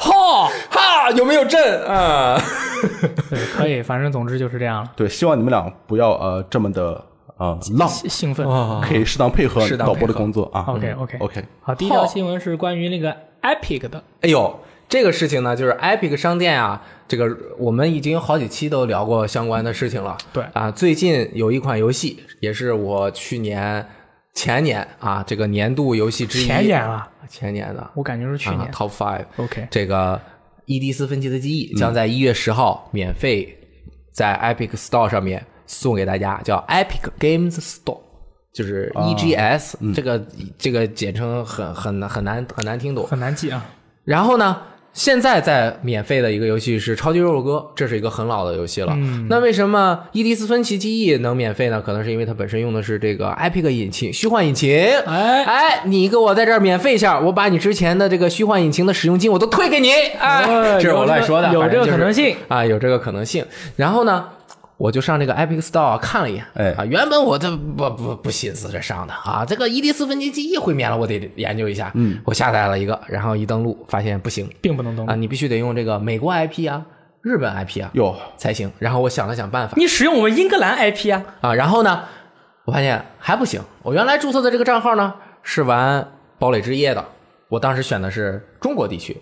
A: 吼，
B: 哈，有没有震啊？
A: (laughs) 对，可以，反正总之就是这 (laughs) 样了。
C: 对，希望你们俩不要呃这么的呃浪，
A: 兴兴奋。
B: 哦
C: 可以适当配合
B: 适当
C: 导播
B: 配
C: 的
B: 合
C: 工作啊。
A: OK OK
C: OK，
A: 好，第一条
B: 好
A: 新闻是关于那个 Epic 的，
B: 哎呦，这个事情呢，就是 Epic 商店啊，这个我们已经有好几期都聊过相关的事情了。
A: 对
B: 啊，最近有一款游戏，也是我去年、前年啊，这个年度游戏之一。
A: 前年啊，
B: 前年的，
A: 我感觉是去
B: 啊
A: 年。
B: Top Five。
A: OK，
B: 这个伊迪丝芬奇的记
A: 嗯
B: 忆将在一月十号免费在 Epic Store 上面送给大家，叫 Epic Games Store，就是
A: 哦
B: EGS，、这
A: 嗯
B: 个这个简称很很很难很难听懂。
A: 很难记啊。
B: 然后呢，现在在免费的一个游戏是《超级肉肉哥》，这是一个很老的游戏了。
A: 嗯
B: 那为什么伊迪丝芬奇记忆能免费呢？可能是因为它本身用的是这个 Epic 引擎虚幻引擎。
A: 哎
B: 哎，你给我在这儿免费一下，我把你之前的这个虚幻引擎的使用金我都退给你。哎，
A: 哦
B: 这是我
A: 有
B: 乱
A: 这个
B: 说的，
A: 有
B: 反
A: 这
B: 正
A: 个
B: 就
A: 可
B: 是
A: 能性。
B: 啊，有这个可能性。然后呢，我就上这个 Epic Store 看了一眼，
C: 哎
B: 啊，原本我这不不不心思这上的啊，这个伊迪丝芬奇记忆会免了，我得研究一下。嗯，我下载了一个，然后一登录发现不行
A: 并不能登录
B: 啊，你必须得用这个美国 IP 啊、日本 IP 啊
C: 哟，
B: 才行。然后我想了想办法
A: 你使用我们英格兰 IP 啊？
B: 啊，然后呢，我发现还不行，我原来注册的这个账号呢是玩《堡垒之夜》的，我当时选的是中国地区。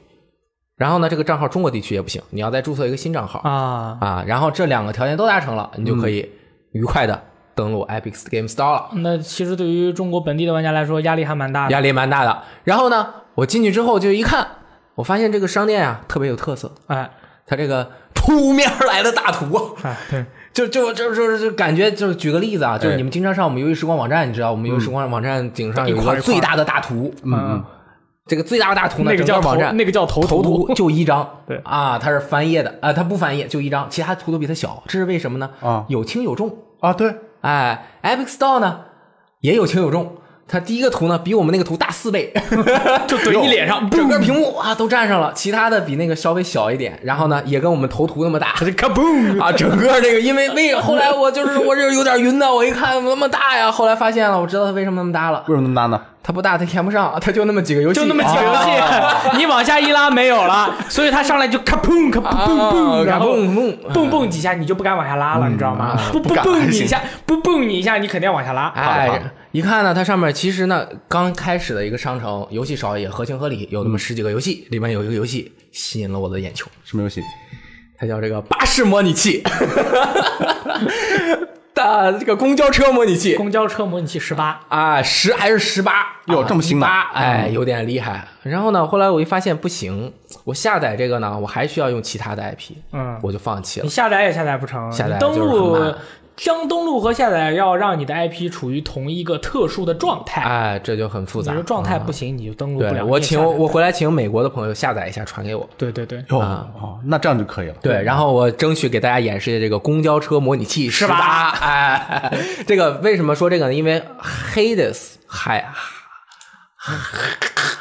B: 然后呢，这个账号中国地区也不行，你要再注册一个新账号
A: 啊，
B: 啊，然后这两个条件都达成了，你就可以
A: 嗯
B: 愉快的登录 Epic Game Store 了，
A: 那其实对于中国本地的玩家来说，压力还蛮大的。
B: 压力蛮大的。然后呢，我进去之后就一看，我发现这个商店啊特别有特色，
A: 哎
B: 它这个扑面而来的大图啊， (laughs)
A: 哎，对，
B: 就就就就就感觉就是举个例子啊，就是
C: 哎
B: 你们经常上我们游戏时光网站，你知道我们游戏时光网站顶上有
A: 一块儿
B: 个
A: 一块儿
B: 最大的大图，
A: 嗯，
B: 这个最大的大图呢，
A: 那个叫
B: 整
A: 头
B: 网站
A: 那个叫头
B: 头
A: 图
B: 就一张，
A: 对
B: 啊，它是翻页的啊，它不翻页就一张，其他图都比它小，这是为什么呢？
C: 啊
B: 有轻有重。
C: 啊，对，
B: 哎，Epic Store 呢也有轻有重，它第一个图呢比我们那个图大四倍，
A: (laughs) 就怼你脸上，
B: (laughs) 整个屏幕啊都占上了，其他的比那个稍微小一点，然后呢也跟我们头图那么
A: (laughs)
B: 大。
A: 它 (laughs) 就咔嘣
B: 啊， (laughs) 整个这个，因为
A: (laughs)
B: 为后来我就是我这有点晕的，我一看那么大呀，后来发现了，我知道它为什么那么大了，
C: 为什么那么大呢？
B: 它不大，它填不上，它就那么几个游戏，
A: 就那么几个游
B: 啊
A: (laughs) 戏，你往下一拉没有了，所以它上来就咔砰咔
B: 啊
A: 砰砰，然后
B: 蹦蹦
A: 蹦蹦几下，你就不敢往下拉了，你知道吗
B: 啊？
A: 不
B: 不
A: 不
B: 敢
A: 蹦你一下，不蹦你一下，你肯定要往下拉。啊
C: 好
B: 哎
C: 的，
B: 一看呢，它上面其实呢，刚开始的一个商城，游戏少也合情合理，有那么十几个游戏，里面有一个游戏吸引了我的眼球，
C: 什么游戏？
B: 它叫这个巴士模拟器， (laughs) 大这个公交车模拟器
A: 公交车模拟器十八，
B: 啊，十还是十八？
C: 哟这么新的
B: 八，
A: 啊
B: 哎，有点厉害。然后呢，后来我一发现不行，我下载这个呢，我还需要用其他的 IP，
A: 嗯
B: 我就放弃了
A: 你。下载也下载不成，
B: 下载
A: 你登
B: 就是很
A: 录
B: 慢
A: 将登录和下载要让你的 IP 处于同一个特殊的状态，
B: 哎，这就很复
A: 你
B: 杂。
A: 的状态不行，你就登录不
B: 啊对
A: 了。
B: 我
A: 你也下
B: 请
A: 载
B: 我啊我回来请美国的朋友下载一下，传给我。
A: 对对对，
C: 哟，哦，那这样就可以了。啊
B: 对，然后我争取给大家演示这个公交车模拟器
A: 是
B: 十
A: 吧
B: 八，哎，这个为什么说这个呢？因为 Hades 海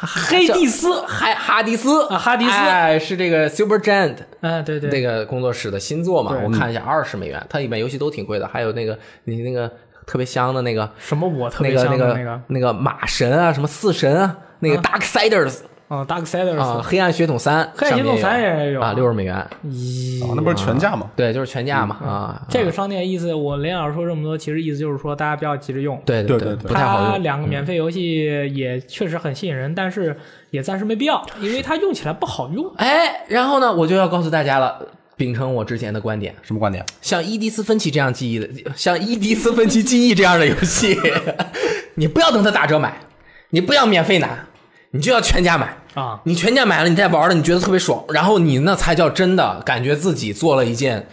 A: 黑蒂斯，
B: 海哈迪斯
A: 啊哈迪斯
B: 哎，是这个 Supergiant
A: 嗯，对对
B: 这个工作室的新作嘛？
A: 对嗯
B: 我看一下，二十美元，它里面游戏都挺贵的，还有那个你那个特别香的那个
A: 什么我特
B: 那
A: 别
B: 个
A: 像
B: 那
A: 的那
B: 个那个马神啊，什么四神啊，那个 Darksiders
A: 嗯，Darksiders，
B: 啊，黑暗血统三，
A: 黑暗血统三
B: 上面
A: 也有嗯
B: 啊，六十美元，
C: 哦，那不是全价吗？
B: 对，就是全价嘛啊，
A: 这个商店意思，我雷老师说这么多，其实意思就是说大家不要急着用。
B: 对
C: 对对对
B: 不太好
A: 它
B: 用。
A: 两个免费游戏也确实很吸引人，但是也暂时没必要，因为它用起来不好用。
B: 哎，然后呢，我就要告诉大家了，秉承我之前的观点，
C: 什么观点？
B: 像伊迪丝芬奇这样记忆的，像伊迪丝芬奇记忆这样的游戏， (laughs) 你不要等它打折买，你不要免费拿，你就要全家买
A: 啊
B: 你全家买了，你再玩了，你觉得特别爽，然后你那才叫真的感觉自己做了一件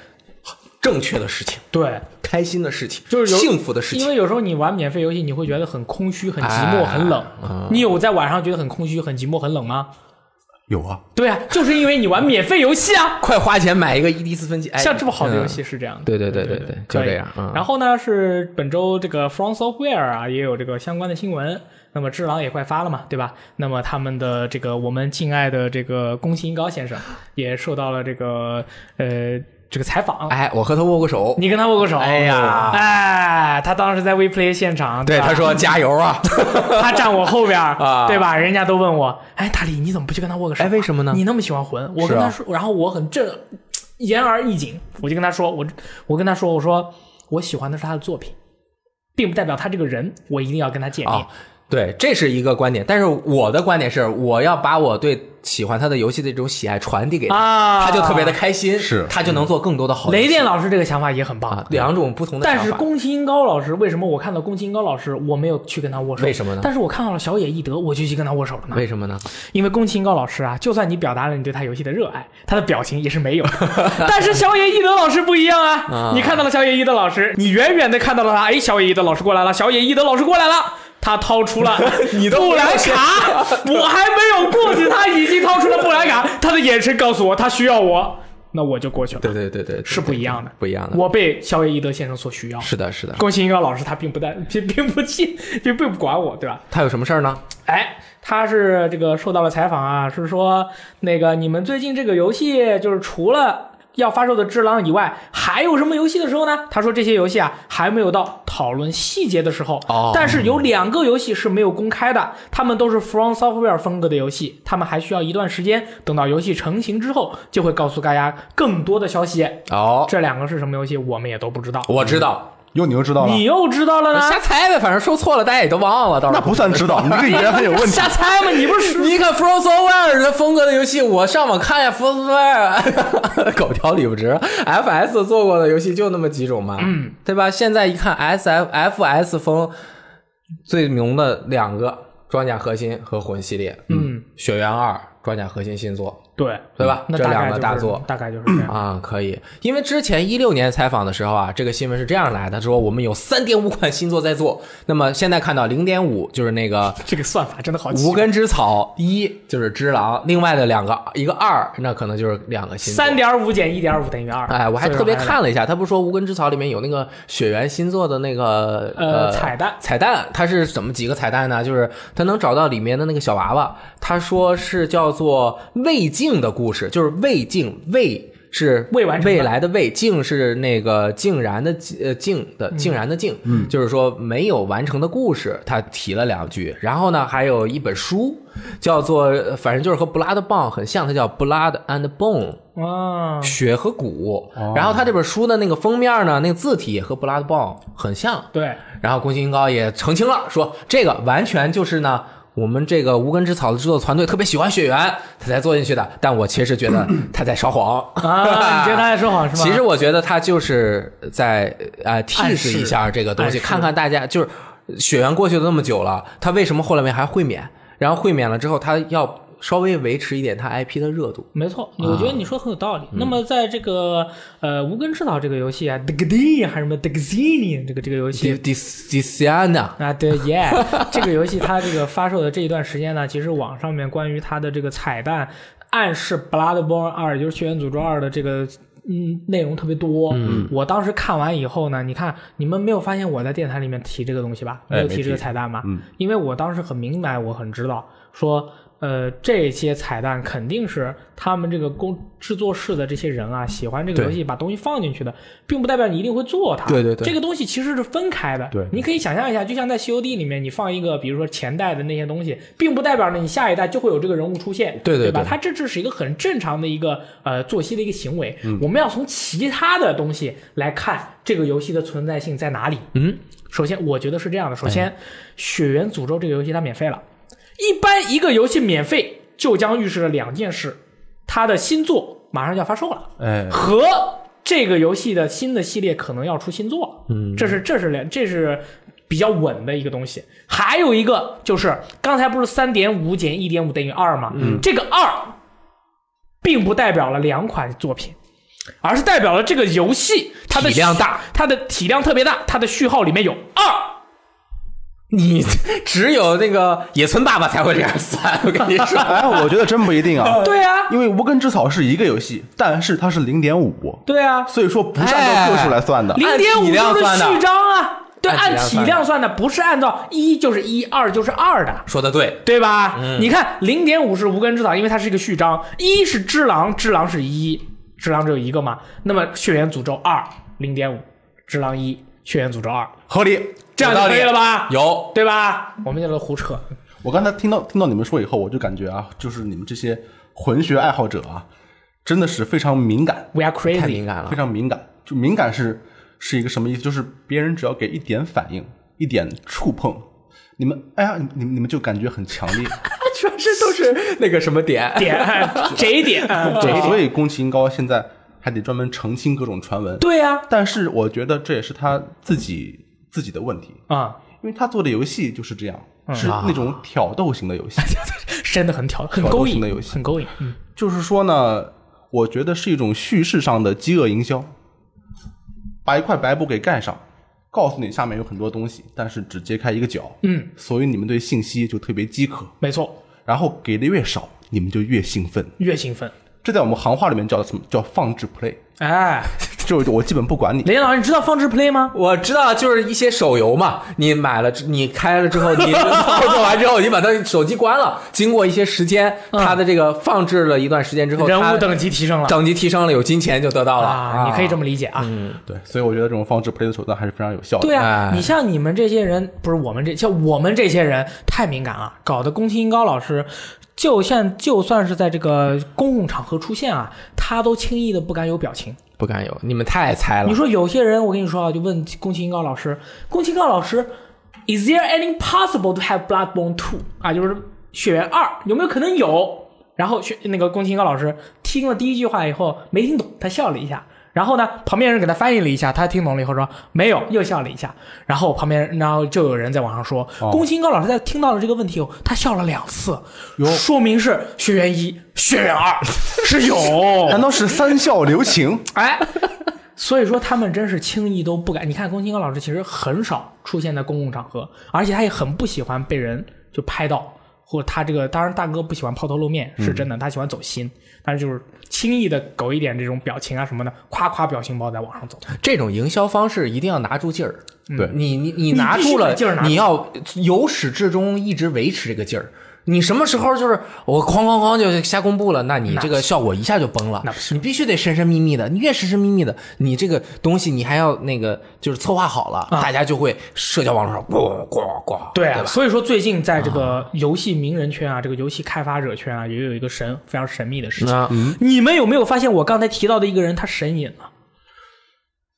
B: 正确的事情，
A: 对，
B: 开心的事情，
A: 就是有
B: 幸福的事
A: 因
B: 情。
A: 为有时候你玩免费游戏，你会觉得很空虚、很寂寞、
B: 哎
A: 很冷。你有在晚上觉得很空虚、很寂寞、很冷吗？
C: 有啊，
A: 对啊，就是因为你玩免费游戏 (laughs) 啊。
B: 快花钱买一个伊迪丝芬奇，哎，
A: 像这么好的游
B: 嗯
A: 戏是这样的。
B: 对对对对对，就
A: 可以
B: 这样。嗯、
A: 然后呢，是本周这个 From Software 啊，也有这个相关的新闻。那么《只狼》也快发了嘛，对吧？那么他们的这个我们敬爱的这个宫崎英高先生也受到了这个呃这个采访。
B: 哎，我和他握过手，
A: 你跟他握过手？
B: 哎呀
A: 哎，他当时在 WePlay 现场，
B: 对
A: 吧
B: 他说加油啊，
A: (laughs) 他站我后边儿
B: 啊
A: 对吧？人家都问我，哎，大力你怎么不去跟他握个手啊？
B: 哎为什么呢啊
A: 你那么喜欢魂，我跟他说，然后我很正，言而意谨，我就跟他说，我我跟他说，我说我喜欢的是他的作品，并不代表他这个人，
B: 啊
A: 我一定要跟他见面。
B: 啊，对，这是一个观点，但是我的观点是，我要把我对喜欢他的游戏的这种喜爱传递给他，
A: 啊，
B: 他就特别的。开心，
C: 是
B: 他就能做更多的好游戏。
A: 雷电老师这个想法也很棒
B: 啊，，两种不同的想
A: 但
B: 法，
A: 是宫崎英高老师为什么我看到宫崎英高老师我没有去跟他握手？
B: 为什么呢
A: 但是我看到了小野义德，我就去跟他握手了呢。
B: 啊为什么呢？
A: 因为宫崎英高老师啊，就算你表达了你对他游戏的热爱，他的表情也是没
B: (laughs)
A: 有的。但是小野义德老师不一样啊
B: 啊，
A: 你看到了小野义德老师，你远远的看到了他，哎，小野义德老师过来了，小野义德老师过来了。他掏出了
B: (laughs) 你都
A: 布
B: 没有
A: 兰
B: 先
A: 卡，我还没有过去，他已经掏出了布兰卡。他的眼神告诉我，他需要我，那我就过去了，
B: 对对对对，对
A: 是不一样的。
B: 不一样的。
A: 我被小野义德先生所需要。
B: 是的，是的。
A: 宫崎英高老师他并不带，并并不记，并并不管我，对吧？
B: 他有什么事儿呢？
A: 哎，他是这个受到了采访啊，是说那个你们最近这个游戏就是除了。要发售的《只狼》以外，还有什么游戏的时候呢？他说这些游戏啊还没有到讨论细节的时候，
B: 哦
A: 但是有两个游戏是没有公开的，他们都是 From Software 风格的游戏，他们还需要一段时间，等到游戏成型之后，就会告诉大家更多的消息。
B: 哦，
A: 这两个是什么游戏，我们也都不知道。
B: 我知道，
C: 哟，你又知道了
A: 你，又知道了呢？
B: 瞎猜呗，反正说错了，大家也都忘了。到时
C: 那
B: 候
C: 不算知道，你这个语言很
B: (laughs)
C: 有问题
A: 瞎。猜吗？你不是
B: 你看 From Software 的风格的游戏，我上网看呀，From Software (laughs) 狗条理不直，FS 做过的游戏就那么几种嘛，嗯，对吧？现在一看 S F F S 风最浓的两个装甲核心和魂系列，
A: 嗯，
B: 血缘二装甲核心新作，
A: 对
B: 对吧？
A: 那
B: 这
A: 大概
B: 两
A: 就
B: 个
A: 是
B: 大作，
A: 大概就是这样。
B: 啊，可以，因为之前一六年采访的时候啊，这个新闻是这样来的，说我们有三点五款新作在做，那么现在看到零点五就是那个
A: 这个算法真的好奇
B: 无。根之草一，就是只狼，另外的两个一个二，那可能就是两个新作。
A: 三点五减一点五等于二。
B: 哎，我还
A: 所以
B: 特别
A: 说
B: 看了一下，他不是说《无根之草》里面有那个雪原新作的那个
A: 呃彩蛋
B: 彩蛋，它是怎么几个彩蛋呢？就是他能找到里面的那个小娃娃，他说是叫做魏晋的故事，就是魏晋魏。是
A: 未完成的
B: 未来的未，竟是那个竟然的竟呃竟的竟然的竟，嗯，就是说没有完成的故事，他提了两句。然后呢，还有一本书叫做，呃反正就是和《Blood Bond》很像，它叫《Blood and Bone》，
A: 啊，
B: 血和骨。
A: 哦
B: 然后他这本书的那个封面呢，那个字体也和《Blood Bond》很像。
A: 对，
B: 然后宫崎英高也澄清了，说这个完全就是呢。我们这个无根之草的制作团队特别喜欢血缘，他才做进去的。但我其实觉得
A: (clears throat)
B: 他在撒谎
A: 啊，你觉得
B: (laughs)
A: 他在说谎是吗？
B: 其实我觉得他就是在呃
A: 暗
B: tease
A: 示
B: 一下这个东西，
A: 暗示
B: 看看大家就是血缘过去了那么久了，他为什么后来面还会免？然后会免了之后，他要稍微维持一点他 IP 的热度。
A: 没错，我觉得你说的很有道理。
B: 嗯
A: 那么在这个呃无根之岛这个游戏啊 d i g d i 还是什么 d i g z i n 这个这个游
B: d
A: 戏
B: i s c i a n a
A: 啊，对耶这个游戏它这个发售的这一段时间呢，其实网上面关于它的这个彩蛋暗示《Bloodborne 二》，也就是《血缘诅咒二》的这个。嗯，内容特别多。嗯，我当时看完以后呢，你看你们没有发现我在电台里面提这个东西吧？没
C: 哎
A: 有
C: 没
A: 提这个
C: 提
A: 彩蛋吧？
C: 嗯，
A: 因为我当时很明白，我很知道说，呃，这些彩蛋肯定是他们这个工制作室的这些人啊，喜欢这个游戏把东西放进去的，并不代表你一定会做它。
B: 对对对
A: 这个东西其实是分开的。
C: 对
A: 你可以想象一下，就像在 COD 里面，你放一个比如说前代的那些东西，并不代表呢你下一代就会有这个人物出现，
B: 对对
A: 吧？
B: 对
A: 它这只是一个很正常的一个呃作息的一个行为。
B: 嗯
A: 我们要从其他的东西来看这个游戏的存在性在哪里。
B: 嗯，哎
A: 首先我觉得是这样的，首先《血缘诅咒》这个游戏它免费了，一般一个游戏免费就将预示着两件事：它的新作马上就要发售了。
B: 呃
C: 哎，
A: 和这个游戏的新的系列可能要出新作了，嗯，这是这是两这是比较稳的一个东西。还有一个就是刚才不是三点五减一点五等于二吗？嗯，这个二并不代表了两款作品，而是代表了这个游戏它的
B: 体量大，
A: 它的体量特别大，它的序号里面有二。，
B: 你 (laughs) 只有那个野村爸爸才会这样算，我跟你说。
C: 哎，我觉得真不一定
B: 呃
C: 啊
A: 对啊，
C: 因为无根之草是一个游戏，但是它是零点五，
A: 对哎啊，
C: 所以说不是按照个数来算的。
A: 零
B: 按体
A: 点五
B: 量
A: 就是
B: 算的
A: 序章啊，对，按
B: 按体
A: 体
B: 量算的
A: 量算的，不是按照一就是一，二就是二的。
B: 说的对，
A: 对吧？你看零点五是无根之草，因为它是一个序章，一是只狼，只狼是一，只狼只有一个嘛。那么血缘诅咒二零点五，只狼一，血缘诅咒二，
C: 合理。
A: 这样
B: 有
A: 就
B: 道
A: 可以
B: 理
A: 了吧？
B: 有
A: 对吧？我们叫做胡扯。
C: 我刚才听到听到你们说以后，我就感觉啊，就是你们这些混血爱好者啊，真的是非常敏感，
A: We are
B: 太敏
A: crazy。
B: 感 (laughs) 了
C: 非。常敏感。就敏感是是一个什么意思？就是别人只要给一
A: (laughs)
C: 点反应、一点触碰，你们哎呀，你你们你们就感觉很强烈，
B: 全是都是那个什么点，
A: (laughs) 点哎这一点，这
C: 对，所以宫崎英高现在还得专门澄清各种传闻。
A: 对呀
C: 但是我觉得这也是他自己自己的问题，
A: 啊，
C: 因为他做的游戏就是这样，
A: 嗯
C: 是那种挑逗型的游戏。 (laughs)
A: 真的很挑，很
C: 挑逗
A: 勾
C: 型
A: 引
C: 的游戏
A: 很勾引。嗯
C: 就是说呢，我觉得是一种叙事上的饥饿营销，把一块白布给盖上，告诉你下面有很多东西，但是只揭开一个角，
A: 嗯，
C: 所以你们对信息就特别饥渴，
A: 没错，
C: 然后给的越少，你们就越兴奋。
A: 越兴奋。
C: 这在我们行话里面叫什么？叫放置 play， (laughs)
A: 哎，
C: 就是我基本不管你。
A: 雷老师，你知道放置 play 吗？
B: 我知道，就是一些手游嘛，你买了之，你开了之后，你操作完之后，你把它手机关了，经过一些时间，
A: 嗯
B: 它的这个放置了一段时间之后，
A: 人
B: 它
A: 物等级提升了
B: 等级提升了，有金钱就得到了
A: 啊，你可以这么理解啊。
C: 对，所以我觉得这种放置 play 的手段还是非常有效的。
A: 对啊
B: 哎，
A: 你像你们这些人，不是我们这像我们这些人太敏感了，搞得宫崎英高老师，就像就算是在这个公共场合出现啊，他都轻易的不敢有表情。
B: 啊不敢有，你们太菜了
A: 你。说有些人，我跟你说啊，就问宫崎英高老师，宫崎英高老师，Is there any possible to have Bloodborne Two 啊？就是血缘二有没有可能有？然后血那个宫崎英高老师听了第一句话以后没听懂，他笑了一下。然后呢，旁边人给他翻译了一下，他听懂了以后说没有，又笑了一下。然后旁边，然后就有人在网上说，
C: 哦
A: 宫崎英高老师在听到了这个问题后，他笑了两次，说明是血缘一、血缘二 (laughs) 是有。
C: 难道是三笑留情？ (laughs)
B: (laughs)
A: 哎，所以说他们真是轻易都不敢。你看宫崎英高老师其实很少出现在公共场合，而且他也很不喜欢被人就拍到，或者他这个当然大哥不喜欢抛头露面
B: 嗯
A: 是真的，他喜欢走心，但是就是轻易的搞一点这种表情啊什么的，夸夸表情包在网上走。
B: 这种营销方式一定要拿住劲儿。
C: 对
B: 你你你
A: 你
B: 拿
A: 必须
B: 住
A: 把
B: 了
A: 劲儿拿，住
B: 你要由始至终一直维持这个劲儿。你什么时候就是我哐哐哐就瞎公布了，那你
A: 那
B: 这个效果一下就崩了
A: 那不。是
B: 你必须得神神秘秘的，你越神神秘秘的，你这个东西你还要那个就是策划好了，大家就会社交网络上咣咣咣，
A: 啊对啊，
B: 吧？啊
A: 所以说最近在这个游戏名人圈啊，这个游戏开发者圈啊，也有一个神非常神秘的事情。
B: 那
A: 你们有没有发现我刚才提到的一个人，他神隐
B: 啊
A: 了？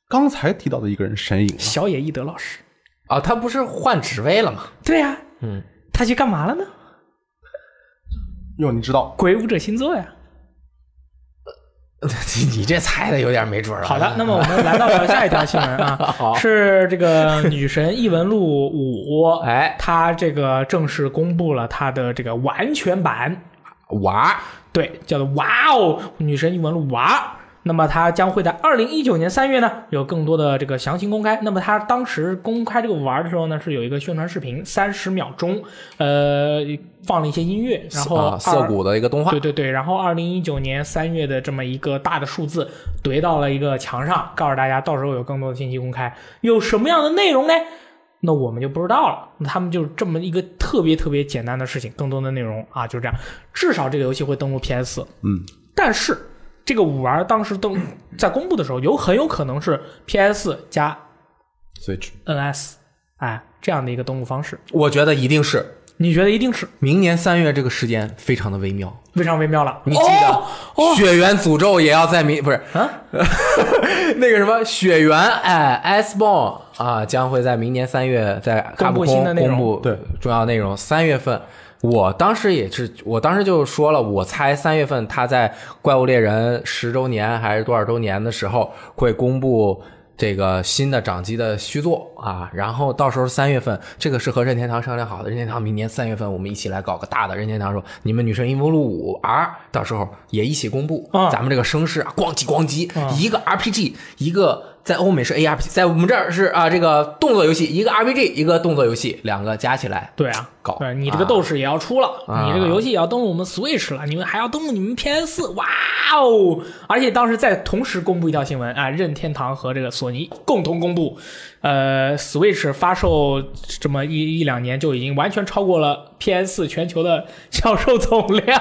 C: 刚才提到的一个人神隐，
A: 小野义德老师。
B: 啊，他不是换职位了吗？ (laughs)
A: 对呀、
B: 嗯，
A: 他去干嘛了呢？
C: 哟，你知道
A: 鬼舞者星座
B: 啊
A: 呀。
B: 你这猜的有点没准儿了。
A: 好的，那么我们来到了下一条新闻
B: (laughs)
A: 啊，是这个女神异闻录五，
B: 哎
A: 她这个正式公布了她的这个完全版，
B: 娃儿
A: 对，叫做哇哦，女神异闻录娃。那么它将会在二零一九年三月呢，有更多的这个详情公开。那么它当时公开这个玩的时候呢，是有一个宣传视频，三十秒钟，呃，放了一些音乐，然后
B: 啊，涩
A: 二
B: 谷的一个动画
A: 对，对对，然后二零一九年三月的这么一个大的数字怼到了一个墙上，告诉大家到时候有更多的信息公开，有什么样的内容呢？那我们就不知道了。那他们就是这么一个特别特别简单的事情，更多的内容啊，就是这样。至少这个游戏会登陆 PS，
C: 嗯，
A: 但是这个五 R 当时登在公布的时候，有很有可能是 PS 加
C: Switch
A: NS，哎，这样的一个登陆方式。
B: 我觉得一定是
A: 你觉得一定是
B: 明年三月这个时间非常的微妙。
A: 非常微妙了？
B: 你记得、
A: 哦哦
B: 血缘诅咒也要在明不是
A: 啊？
B: (laughs) 那个什么血缘哎 S b o n 啊，将会在明年三月在卡普
A: 公布新
B: 空
A: 的内容
B: 公布
C: 对
B: 重要内容。三月份，我当时也是，我当时就说了，我猜三月份他在《怪物猎人》十周年还是多少周年的时候会公布。这个新的掌机的续作啊，然后到时候三月份，这个是和任天堂商量好的。任天堂明年三月份，我们一起来搞个大的。任天堂说，你们《女神异闻录五 R》到时候也一起公布，
A: 啊
B: 咱们这个声势啊，咣叽咣叽，
A: 啊
B: 一个 RPG，一个在欧美是 ARPG，在我们这儿是啊这个动作游戏，一个 RPG，一个动作游戏，两个加起来
A: 对啊，
B: 搞
A: 对你这个斗士也要出了，
B: 啊
A: 你这个游戏也要登录我们 Switch 了，你们还要登录你们 PS，哇哦！而且当时在同时公布一条新闻啊，任天堂和这个索尼共同公布，呃，Switch 发售这么一一两年就已经完全超过了 PS 全球的销售总
B: (laughs)
A: 量，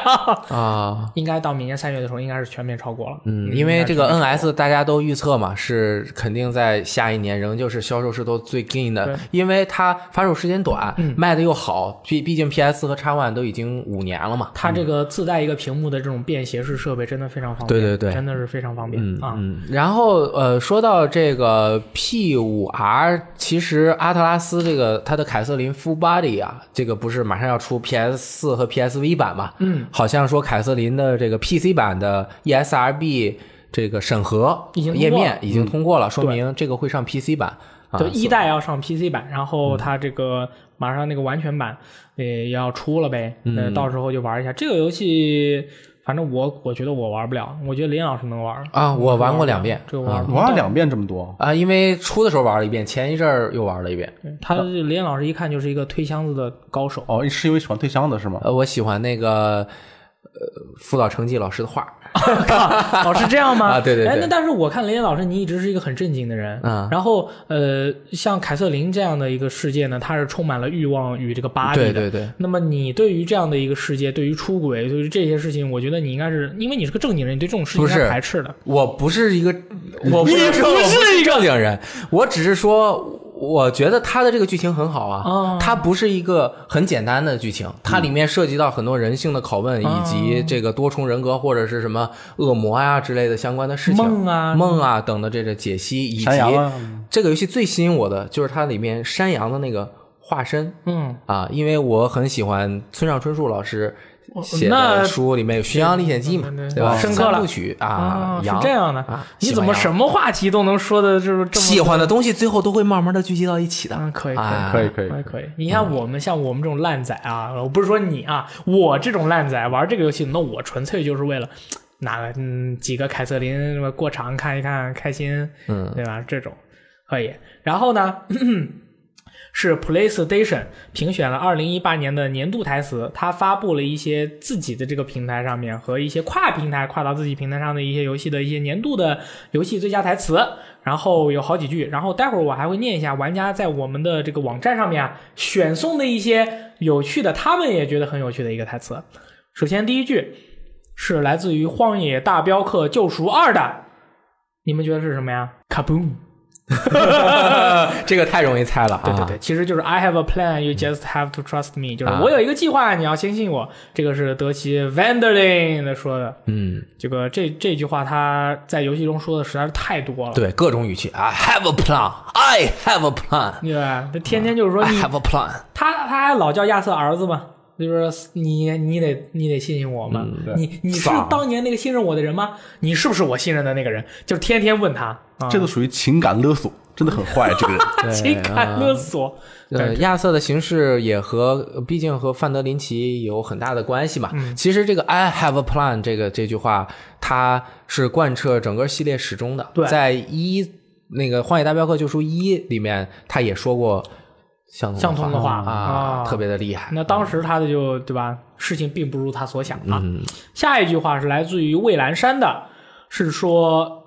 B: 啊。
A: 应该到明年三月的时候应该是全面超过了。
B: 嗯，因为这个
A: 应该
B: NS 大家都预测嘛，是肯定在下一年仍旧是销售势头最劲
A: 对
B: 的，因为它发售时间短，
A: 嗯
B: 卖的又好，毕毕竟 PS 和 X One 都已经五年了嘛。
A: 它这个自带一个屏幕的这种便携式设备真的非常方便，
B: 对对对
A: 真的是非常方便
B: 嗯
A: 啊。
B: 嗯，然后呃，说到这个 P 五 R，其实阿特拉斯这个它的凯瑟琳 Full Body 啊，这个不是马上要出 PS 四和 PSV 版嘛，
A: 嗯，
B: 好像说凯瑟琳的这个 PC 版的 ESRB 这个审核
A: 已经通过
B: 页
A: 了
B: 面已经通过了，说
A: 对
B: 明这个会上 PC 版。啊嗯
A: 对，一代要上 PC 版，然后它这个马上那个完全版也要出了呗，嗯，到时候就玩一下这个游戏。反正我我觉得我玩不了，我觉得林老师能玩
B: 啊，我玩过两遍，
A: 这个玩
B: 啊
A: 不
C: 玩了两遍这么多，
B: 啊，因为出的时候玩了一遍，前一阵儿又玩了一遍。
A: 对他林老师一看就是一个推箱子的高
B: (laughs)
A: 手，
C: 哦，是因为喜欢退箱子是吗？
B: 呃，我喜欢那个呃辅导成绩老师的画儿，
A: 哦，是这样吗？
B: 啊对对对
A: 哎，那但是我看雷岩老师，你一直是一个很正经的人。
B: 嗯
A: 然后呃，像凯瑟琳这样的一个世界呢，它是充满了欲望与这个巴黎的。
B: 对对对。
A: 那么你对于这样的一个世界，对于出轨，对于这些事情，我觉得你应该是因为你是个正经人，你对这种事情
B: 不是
A: 应该排斥的。
B: 我不是一个，我
A: 你
B: 能说
A: 不
B: 我
A: 是
B: 是一正经人，我只是说，我觉得他的这个剧情很好
A: 哦
B: 啊，嗯它不是一个很简单的剧情，它里面涉及到很多人性的拷问
A: 哦
B: 以及这个多重人格或者是什么恶魔呀之类的相关的事情，
A: 梦啊
B: 梦啊等的这个解析，以及
C: 山羊啊，
B: 这个游戏最吸引我的就是它里面山羊的那个化身。
A: 嗯，
B: 啊，因为我很喜欢村上春树老师写
A: 哦那
B: 的书里面有《巡洋历险记》嘛
A: 对对，哦
B: 对吧？
A: 深刻了哦
B: 三部曲啊，
A: 是
B: 羊
A: 这样的。
B: 啊
A: 你
B: 喜欢
A: 怎么
B: 羊
A: 什么话题都能说的，就是这么
B: 喜欢的东西最后都会慢慢的聚集到一起的。
A: 嗯，可以可以。
B: 啊
C: 可以可以，
A: 还可以，你看我们像我们这种烂仔啊，我不是说你啊，我这种烂仔玩这个游戏，那我纯粹就是为了哪个嗯几个凯瑟琳什么过场看一看开心，
B: 嗯，
A: 对吧？这种可以。然后呢，是 PlayStation 评选了2018年的年度台词，它发布了一些自己的这个平台上面和一些跨平台、跨到自己平台上的一些游戏的一些年度的游戏最佳台词，然后有好几句，然后待会儿我还会念一下玩家在我们的这个网站上面啊选送的一些有趣的，他们也觉得很有趣的一个台词。首先第一句是来自于《荒野大镖客：救赎二》的，你们觉得是什么呀？Kaboom！
B: (laughs) 这个太容易猜了啊！
A: 嗯
B: 嗯
A: 对对对，其实就是 I have a plan, you just have to trust me，就是
B: 啊
A: 我有一个计划，你要相信我。这个是德奇 Vanderlin 的说的，
B: 嗯，
A: 这个这这句话他在游戏中说的实在是太多了。
B: 对，各种语气，I have a plan, I have a plan,
A: 对吧？这天天就是 (laughs) 说
B: I
A: 你
B: have a plan。
A: 他他还老叫亚瑟儿子嘛，就是说你你得你得信任我嘛，
B: 嗯
C: 对
A: 你你是
B: 丧
A: 当年那个信任我的人吗？你是不是我信任的那个人？就是天天问他，啊、
C: 这个属于情感勒索，真的很坏，这
B: (laughs)
C: 个人。
B: 对啊
A: 情感勒索。
B: 呃，亚瑟的形式也和毕竟和范德林奇有很大的关系嘛。
A: 嗯
B: 其实这个 "I have a plan" 这个这句话，它是贯彻整个系列始终的。
A: 对
B: 在一那个《荒野大镖客：救赎一》里面，他也说过相同
A: 相同的话
B: 啊
A: 啊，
B: 特别的厉害。
A: 那当时他的就对吧？事情并不如他所想啊。下一句话是来自于蔚蓝山的，是说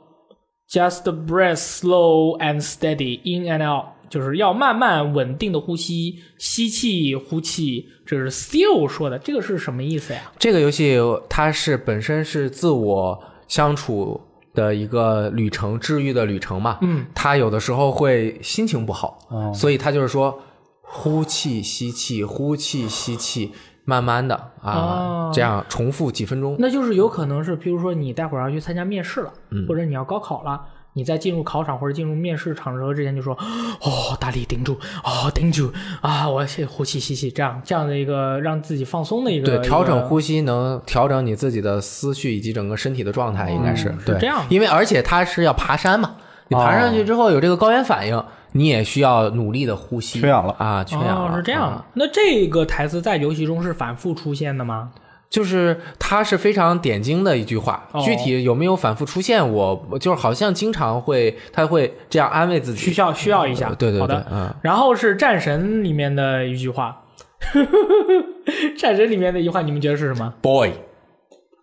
A: “just breath slow and steady in and out”，就是要慢慢稳定的呼吸，吸气呼气。这是 Steel 说的，这个是什么意思呀？
B: 这个游戏它是本身是自我相处的一个旅程，治愈的旅程嘛。
A: 嗯，
B: 他有的时候会心情不好，
A: 哦
B: 所以他就是说呼气吸气，呼气吸气，慢慢的啊，
A: 哦
B: 这样重复几分钟。
A: 那就是有可能是，比如说你待会儿要去参加面试了，
B: 嗯
A: 或者你要高考了，你在进入考场或者进入面试场的时候之前就说，哦，大力顶住，哦，顶住啊，我先呼气吸气，这样这样的一个让自己放松的一个
B: 对，调整。
A: 一个
B: 呼吸能调整你自己的思绪以及整个身体的状态，应该是、对
A: 哦这样哦的
B: 因为而且它是要爬山嘛，你爬上去之后有这个高原反应，你也需要努力的呼吸，
C: 缺氧了
B: 啊，缺氧
A: 哦
B: 了，，
A: 是这样
B: 啊
A: 的。那这个台词在游戏中是反复出现的吗？
B: 就是它是非常点睛的一句话，
A: 哦
B: 具体有没有反复出现，我我就是好像经常会，他会这样安慰自
A: 需
B: 己。
A: 要需要一下。
B: 呃对对
A: 好
B: 对
A: 的，。
B: 嗯，
A: 然后是《战神》里面的一句话， (laughs) 《战神》里面的一句话，你们觉得是什么
B: Boy,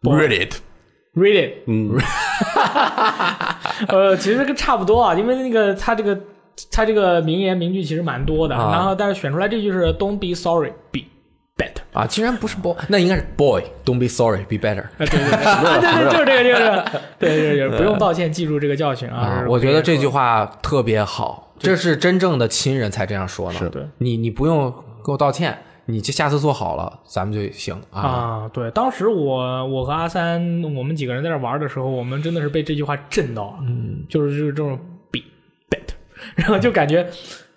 B: read it。
A: ？Read it。
C: 嗯，
A: (laughs) 呃，其实跟差不多啊，因为那个他这个他这个名言名句其实蛮多的，
B: 啊
A: 然后但是选出来这句是 “Don't be sorry, be better”。
B: 啊，竟然不是 boy，那应该是 boy。Don't be sorry, be better。
A: 啊，对对对， (laughs) 啊对对，就是这个，就是这个，对对对，不用道歉，记住这个教训啊
B: 啊，！我觉得这句
A: 话
B: 话特别好，这是真正的亲人才这样说呢。
C: 是
A: 对
B: 你你不用给我道歉，你就下次做好了，咱们就行啊。
A: 啊，对，当时我我和阿三我们几个人在那玩的时候，我们真的是被这句话震到了，嗯， (laughs) 就是就是这种 be better，然后就感觉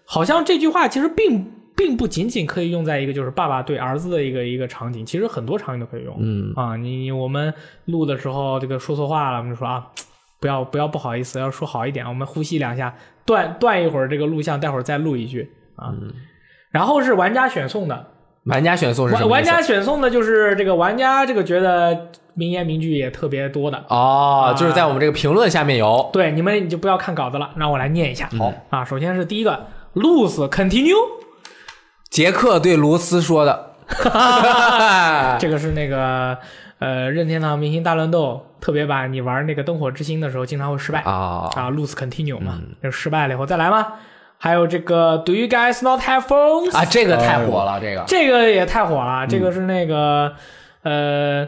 A: 好像这句话其实并并不仅仅可以用在一个就是爸爸对儿子的一个一个场景，其实很多场景都可以用。
B: 嗯
A: 啊，你你我们录的时候这个说错话了，我们就说啊，不要不要不好意思，要说好一点，我们呼吸两下，断断一会儿这个录像，待会儿再录一句啊。然后是玩家选送的，
B: 玩家选送是什
A: 玩
B: 么
A: 玩
B: 意思
A: 家选送的就是这个玩家这个觉得名言名句也特别多的，
B: 哦，就是在我们这个评论下面有
A: 对，你们你就不要看稿子了，让我来念一
B: 嗯
A: 下。好、啊，首先是第一个，lose continue，
B: 杰克对卢斯说的， (laughs)
A: 这个是那个呃任天堂明星大乱斗特别版，你玩那个灯火之星的时候经常会失败
B: 啊，嗯
A: 啊，lose continue 嘛，就失败了以后再来嘛。还有这个 Do you guys not have phones？、
B: (laughs) 啊，这个
A: 哎
B: 太火了，这个
A: 这个也太火
B: 嗯
A: 了，这个是那个、呃。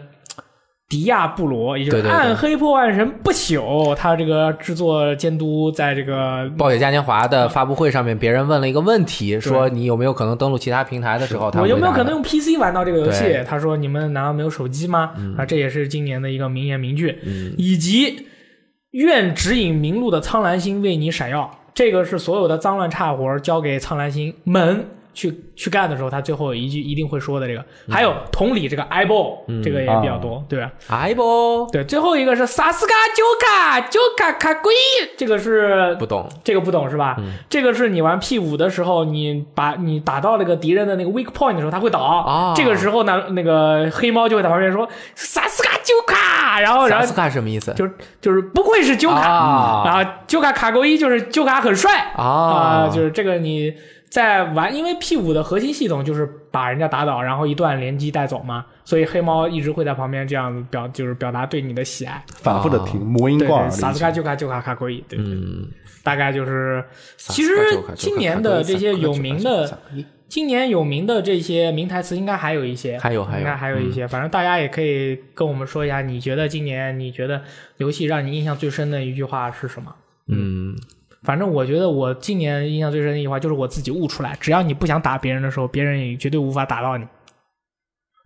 A: 迪亚布罗，也就
B: 对
A: 是
B: 对对
A: 暗黑破坏神不朽，他这个制作监督在这个
B: 暴雪嘉年华的发布会上面，别人问了一个问题，说你有没有可能登录其他平台的时候，他
A: 我有没有
B: 回答
A: 可
B: 的
A: 能用 PC 玩到这个游戏
B: 对？嗯
A: 他说：“你们难道没有手机吗？”啊，这也是今年的一个名言名句，以及“愿指引明路的苍兰星为你闪耀”，这个是所有的脏乱差活儿交给苍兰星们去去干的时候，他最后一句一定会说的这个。
B: 嗯
A: 还有同理，这个 eyeball 这个也比
B: 啊
A: 较多，对吧？
B: 哎不
A: 对，最后一个是萨斯卡九卡九卡卡龟，这个是
B: 不嗯懂
A: 这个不懂是吧？这个是你玩 P 五的时候，你把你打到那个敌人的那个 weak point 的时候，他会倒。
B: 啊
A: 这个时候呢，那个黑猫就会在旁边说“萨斯卡九卡”，然后然
B: 萨
A: 后
B: 斯卡什么意思
A: 就就是不愧是九卡，
B: 啊
A: 然后九卡卡勾一就是九卡很帅啊、
B: 啊，
A: 就是这个你在玩，因为 P 五的核心系统就是把人家打倒，然后一段连击带走嘛，所以黑猫一直会在旁边这样表就是表达对你的喜爱。
C: 反复的听，
B: 哦
C: 魔音
A: 对
C: 贯
A: 对，
C: 耳
A: 萨
C: 的
A: 斯
C: 一
A: 卡
C: 些。
A: 就卡就卡卡龟，对，对
B: 嗯，啊
A: 大概就是，
B: 萨
A: 其实
B: 斯卡九卡九卡
A: 今年的这些有名的
B: 萨斯卡九卡九卡
A: 今年有名的这些名台词应该还有一些，
B: 还有嗯还有
A: 应该还有一些，反正大家也可以跟我们说一下，你觉得今年你觉得游戏让你印象最深的一句话是什么？
B: 嗯，
A: 反正我觉得我今年印象最深的一句话就是我自己悟出来，只要你不想打别人的时候，别人也绝对无法打到你。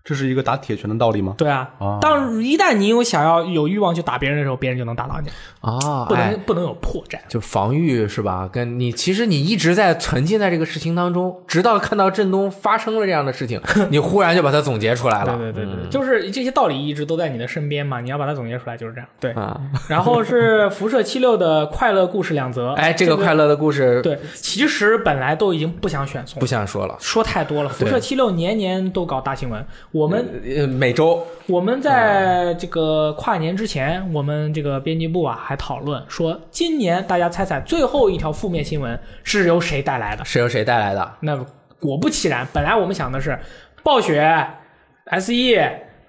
C: 这是一个打铁拳的道理吗？
A: 对啊，
B: 哦
C: 啊
A: 当一旦你有想要有欲望去打别人的时候，别人就能打到你，
B: 啊，
A: 不能、
B: 哎
A: 不能有破绽。
B: 就防御是吧？跟你其实你一直在沉浸在这个事情当中，直到看到振东发生了这样的
A: (laughs)
B: 事情，你忽然就把它总结出来了。
A: 对对对对，就是这些道理一直都在你的身边嘛，你要把它总结出来就是这样。
B: (laughs)
A: 对，
B: 啊，
A: 然后是辐射七六的快乐故事两则，
B: (laughs) 哎，这个快乐的故事
A: 对，其实本来都已经不想选送了，
B: 不想说了。
A: 说太多了。辐射
B: 对
A: 七六年年都搞大新闻，我们
B: 呃，每周
A: 我们在这个跨年之前，我们这个编辑部啊还讨论说，今年大家猜猜最后一条负面新闻是由谁带来的？
B: 是由谁带来的？
A: 那果不其然，本来我们想的是暴雪、S E，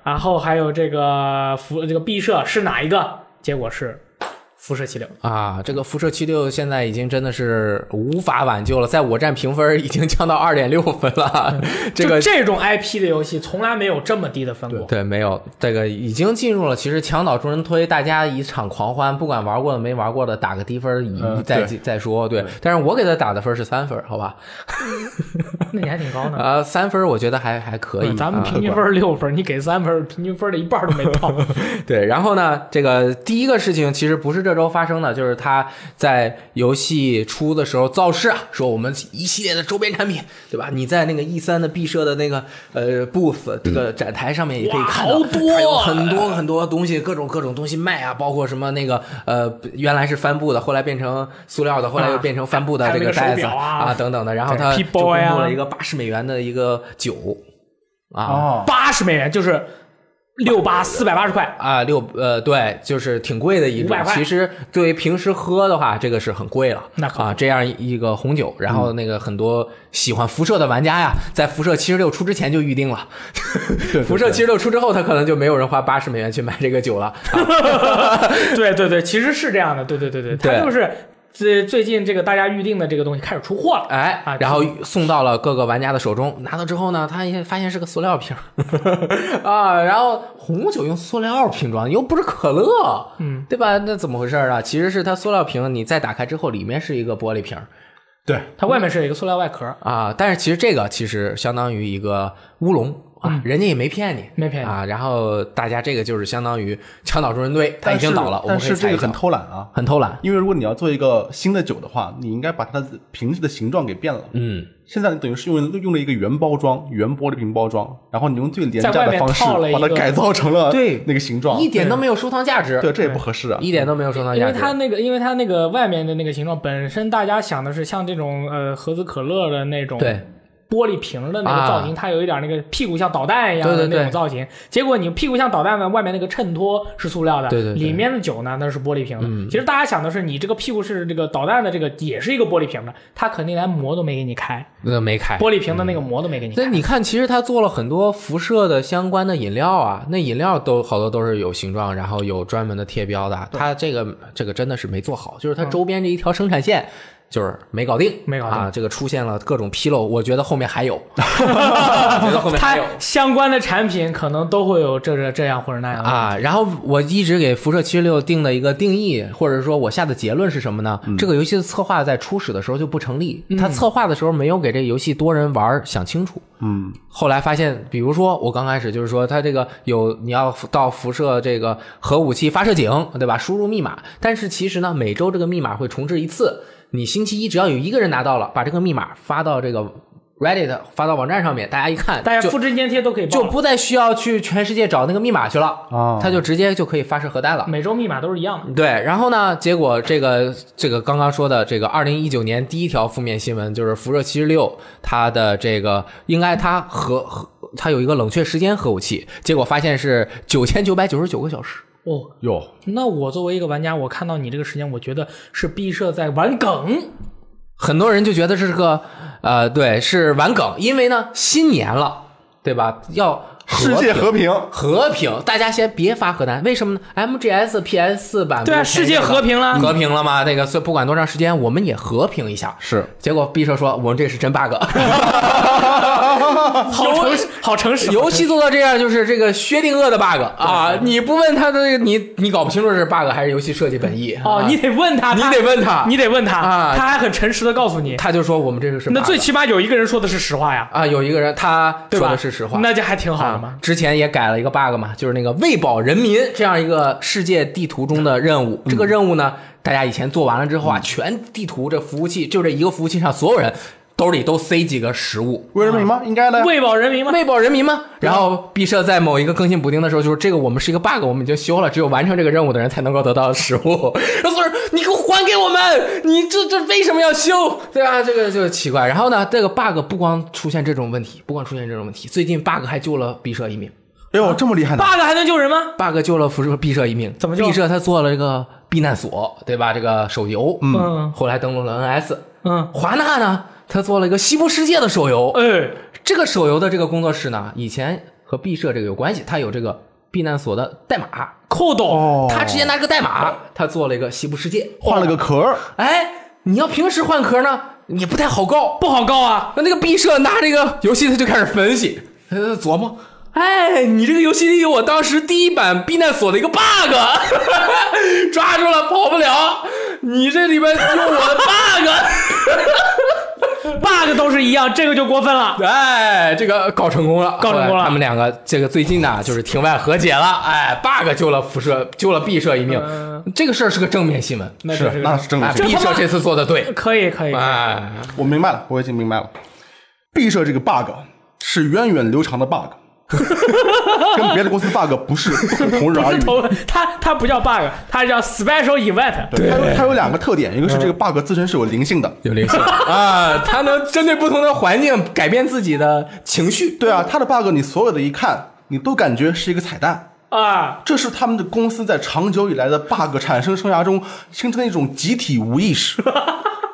A: 然后还有这个辐这个毕设是哪一个？结果是辐射七六。
B: 啊，这个辐射七六现在已经真的是无法挽救了，在我站评分已经降到二点六分
A: (laughs)
B: 了。这个
A: 就这种 IP 的游戏从来没有这么低的分过。
B: 对，没有这个已经进入了，其实墙倒众人推，大家一场狂欢，不管玩过的没玩过的，打个低分儿一、
A: 呃
C: 嗯
B: 再
C: 对
B: 再说。对，但是我给他打的分是三分儿，好吧？
A: 那你还挺高呢。
B: 啊、三分儿我觉得还还可以。
A: 嗯咱们
B: 啊
A: 平均分儿六分儿，你给三分儿，平均分儿的一半儿都没
B: (laughs)
A: 到。
B: 对，然后呢，这个第一个事情其实不是这周发生的，就是他在游戏出的时候造势啊，说我们一系列的周边产品，对吧？你在那个 E 三的毕设的那个呃 booth 这个展台上面也可以看到，
A: 哇好多啊
B: 它有很多很多东西，各种各种东西卖啊，包括什么那个呃原来是帆布的，后来变成塑料的，后来又变成帆布的
A: 啊还有
B: 这
A: 那
B: 个
A: 个
B: 袋子
A: 手表啊
B: 等等的，然后
A: 对
B: 他就
A: P-boy
B: 公布
A: 啊
B: 了一个八十美元的一个酒啊。
C: 哦，
A: 八十美元就是六八四百八十
B: (laughs)
A: 块，
B: 啊，六呃，对，就是挺贵的一种
A: 500。块
B: 其实对于平时喝的话，这个是很贵了。
A: 那可嗯
B: 啊，这样一个红酒，然后那个很多喜欢辐射的玩家呀，在辐射七十六出之前就预定了。
C: 对
B: 辐射七十六出之后，他可能就没有人花八十美元去买这个酒
A: (laughs)
B: 了。啊
A: 对对对，其实是这样的，对对对对，它
B: 对
A: 就是最最近这个大家预定的这个东西开始出货了，啊
B: 哎，然后送到了各个玩家的手中，拿到之后呢，他也发现是个塑料瓶儿 (laughs) 啊，然后红酒用塑料瓶装，又不是可乐，嗯，对吧？那怎么回事儿啊？其实是它塑料瓶，你再打开之后，里面是一个玻璃瓶儿
C: 对，
A: 它外面是有一个塑料外壳，
B: 啊，但是其实这个其实相当于一个乌龙啊，人家也没骗你，
A: 没骗你
B: 啊。然后大家这个就是相当于墙倒众人推，他已经倒了，我
C: 但
B: 们可以
C: 是这
B: 踩一
C: 个
B: 脚
C: 很偷懒啊，
B: 很偷懒，
C: 因为如果你要做一个新的酒的话，你应该把它的瓶子的形状给变了。
B: 嗯，
C: 现在你等于是用用了一个原包装、原玻璃瓶包装，然后你用最廉价
A: 在外
C: 的
A: 面
C: 方式
A: 套了一
C: 把它
A: 个
C: 改造成了
B: 对
C: 那个形状，
B: 一点都没有收藏价值，
C: 对，这也不合适啊。
B: 一点都没有收藏
A: 因
B: 价
A: 为
B: 值。
A: 它那个，因为它那个外面的那个形状，本身大家想的是像这种呃盒子可乐的那种
B: 对
A: 玻璃瓶的那个造型，
B: 啊
A: 它有一点那个屁股像导弹一样
B: 对
A: 的
B: 对对
A: 那种造型。结果你屁股像导弹的，外面那个衬托是塑料的，
B: 对对嗯对
A: 里面的酒呢那是玻璃瓶的。其实大家想的是，你这个屁股是这个导弹的，这个也是一个玻璃瓶的，它肯定连膜都没给你开，
B: 那个没开。
A: 玻璃瓶的那个膜都没给你开。
B: 哎嗯那你看，其实他做了很多辐射的相关的饮料啊，那饮料都好多都是有形状，然后有专门的贴标的。他这个这个真的是没做好，就是他周边这一条生产线。就是没搞定，
A: 嗯没搞定
B: 啊！这个出现了各种纰漏，我觉得后面还
A: (laughs)
B: 有，我觉得后面
A: 它
B: 还有
A: 相关的产品可能都会有这这这样或者那样的
B: 啊。然后我一直给辐射七十六定的一个定义，或者说我下的结论是什么呢？这个游戏的策划在初始的时候就不成立，
A: 嗯
B: 他策划的时候没有给这个游戏多人玩儿想清楚，
C: 嗯，
B: 后来发现，比如说我刚开始就是说，它这个有你要到辐射这个核武器发射井，对吧？输入密码，但是其实呢，每周这个密码会重置一次。你星期一只要有一个人拿到了，把这个密码发到这个 Reddit 发到网站上面，大家一看，
A: 大家
B: 就
A: 复制粘贴都可以报
B: 就不再需要去全世界找那个密码去了，
C: 哦
B: 他就直接就可以发射核弹了。
A: 每周密码都是一样的。
B: 对，然后呢？结果这个这个刚刚说的这个二零一九年第一条负面新闻就是辐射七十六，它的这个应该它核核它有一个冷却时间核武器，结果发现是九千九百九十九个小时。
A: 哦，
C: 有
A: 那我作为一个玩家，我看到你这个时间，我觉得是毕设在玩
B: 啊
A: 梗。
B: 很多人就觉得这是个呃，对，是玩梗，因为呢新年了，对吧？要
C: 世界
B: 和
C: 和平，
B: 和平，大家先别发核弹，为什么呢？MGS PS 四版
A: 对啊，
B: 不是
A: 世界和平了。
B: 和平了吗？那个，所以不管多长时间，我们也和平一下。
C: 是
B: 结果毕设说：“我们这是真 bug。
A: 好诚实，好诚实。
B: 游戏做到这样，就是这个薛定谔的 bug 啊！你不问他的，你你搞不清楚这是 bug 还是游戏设计本意
A: 哦
B: 啊，
A: 你得问他，
B: 你
A: 他
B: 得问他
A: 你得问他，
B: 啊
A: 他还很诚实的告诉你。
B: 他就说我们这个是 bug
A: 那最起码有一个人说的是实话呀，
B: 啊，有一个人他
A: 对
B: 说
A: 吧？
B: 的是实话。
A: 那就还挺好的
B: 啊
A: 嘛。，
B: 之前也改了一个 bug 嘛，就是那个喂饱人民这样一个世界地图中的任务。这个任务呢，大家以前做完了之后啊，全地图这服务器就这一个服务器上所有人兜里都塞几个食物，
C: 为人民吗？应该的呀。
A: 喂饱人民嘛，
B: 啊喂饱人民吗？然后毕设在某一个更新补丁的时候就说：“这个我们是一个 bug，我们已经修了，只有完成这个任务的人才能够得到食物。”然后所以说你给我还给我们，你这这为什么要修？对啊，这个就奇怪。然后呢，这个 bug 不光出现这种问题，不光出现这种问题，最近 bug 还救了毕设一命
C: 哎呦，这么厉害呢？
A: bug 还能救人吗？
B: ，bug 救了辐射毕设一命。
A: 怎么救
B: 毕设他做了一个避难所，对吧？这个手游，
A: 嗯
B: 后来登录了 NS。
A: 嗯，
B: 华纳呢，他做了一个西部世界的手游，
A: 哎，
B: 这个手游的这个工作室呢，以前和毕设这个有关系，它有这个避难所的代码，
A: 扣懂
C: 哦
B: 他直接拿这个代码，他做了一个西部世界。
C: 换了个壳儿，
B: 哎，你要平时换壳呢，也不太好告。
A: 不好告啊。
B: 那那个毕设拿这个游戏，他就开始分析，他就琢磨。哎，你这个游戏里有我当时第一版避难所的一个 bug，抓住了跑不了。你这里边用我 (laughs) 的
A: (laughs)
B: bug，
A: bug 都是一样，这个就过分了。
B: 哎，这个搞成功了，
A: 搞成功了
B: 后来他们两个这个最近呢，就是庭外和解了。哎，bug 救了辐射，救了毕设一命，
A: 嗯
B: 这个事儿是个正面新闻。
A: 那
C: 是那是正
B: 哎，
C: 确
A: 这。嗯
B: 毕设这次做的对，
A: 可以可以，
B: 哎，
C: 我明白了，我已经明白了。毕设这个 bug 是源远流长的 bug，跟别的公司 bug 不是不可同日
A: 不
C: 而
A: 是
C: 语。
A: 头，它它不叫 bug，它叫 special event。
C: (laughs) 对，它嗯有它有两个特点，一个是这个 bug 自身是有灵性的，
B: 有灵性 (laughs) 啊！他能针对不同的环境改变自己的情绪。
C: 对啊，它的 bug 你所有的一看，你都感觉是一个彩蛋。
A: 啊，
C: 这是他们的公司在长久以来的 bug 产生生涯中形成的一种集体无意 (laughs) 识。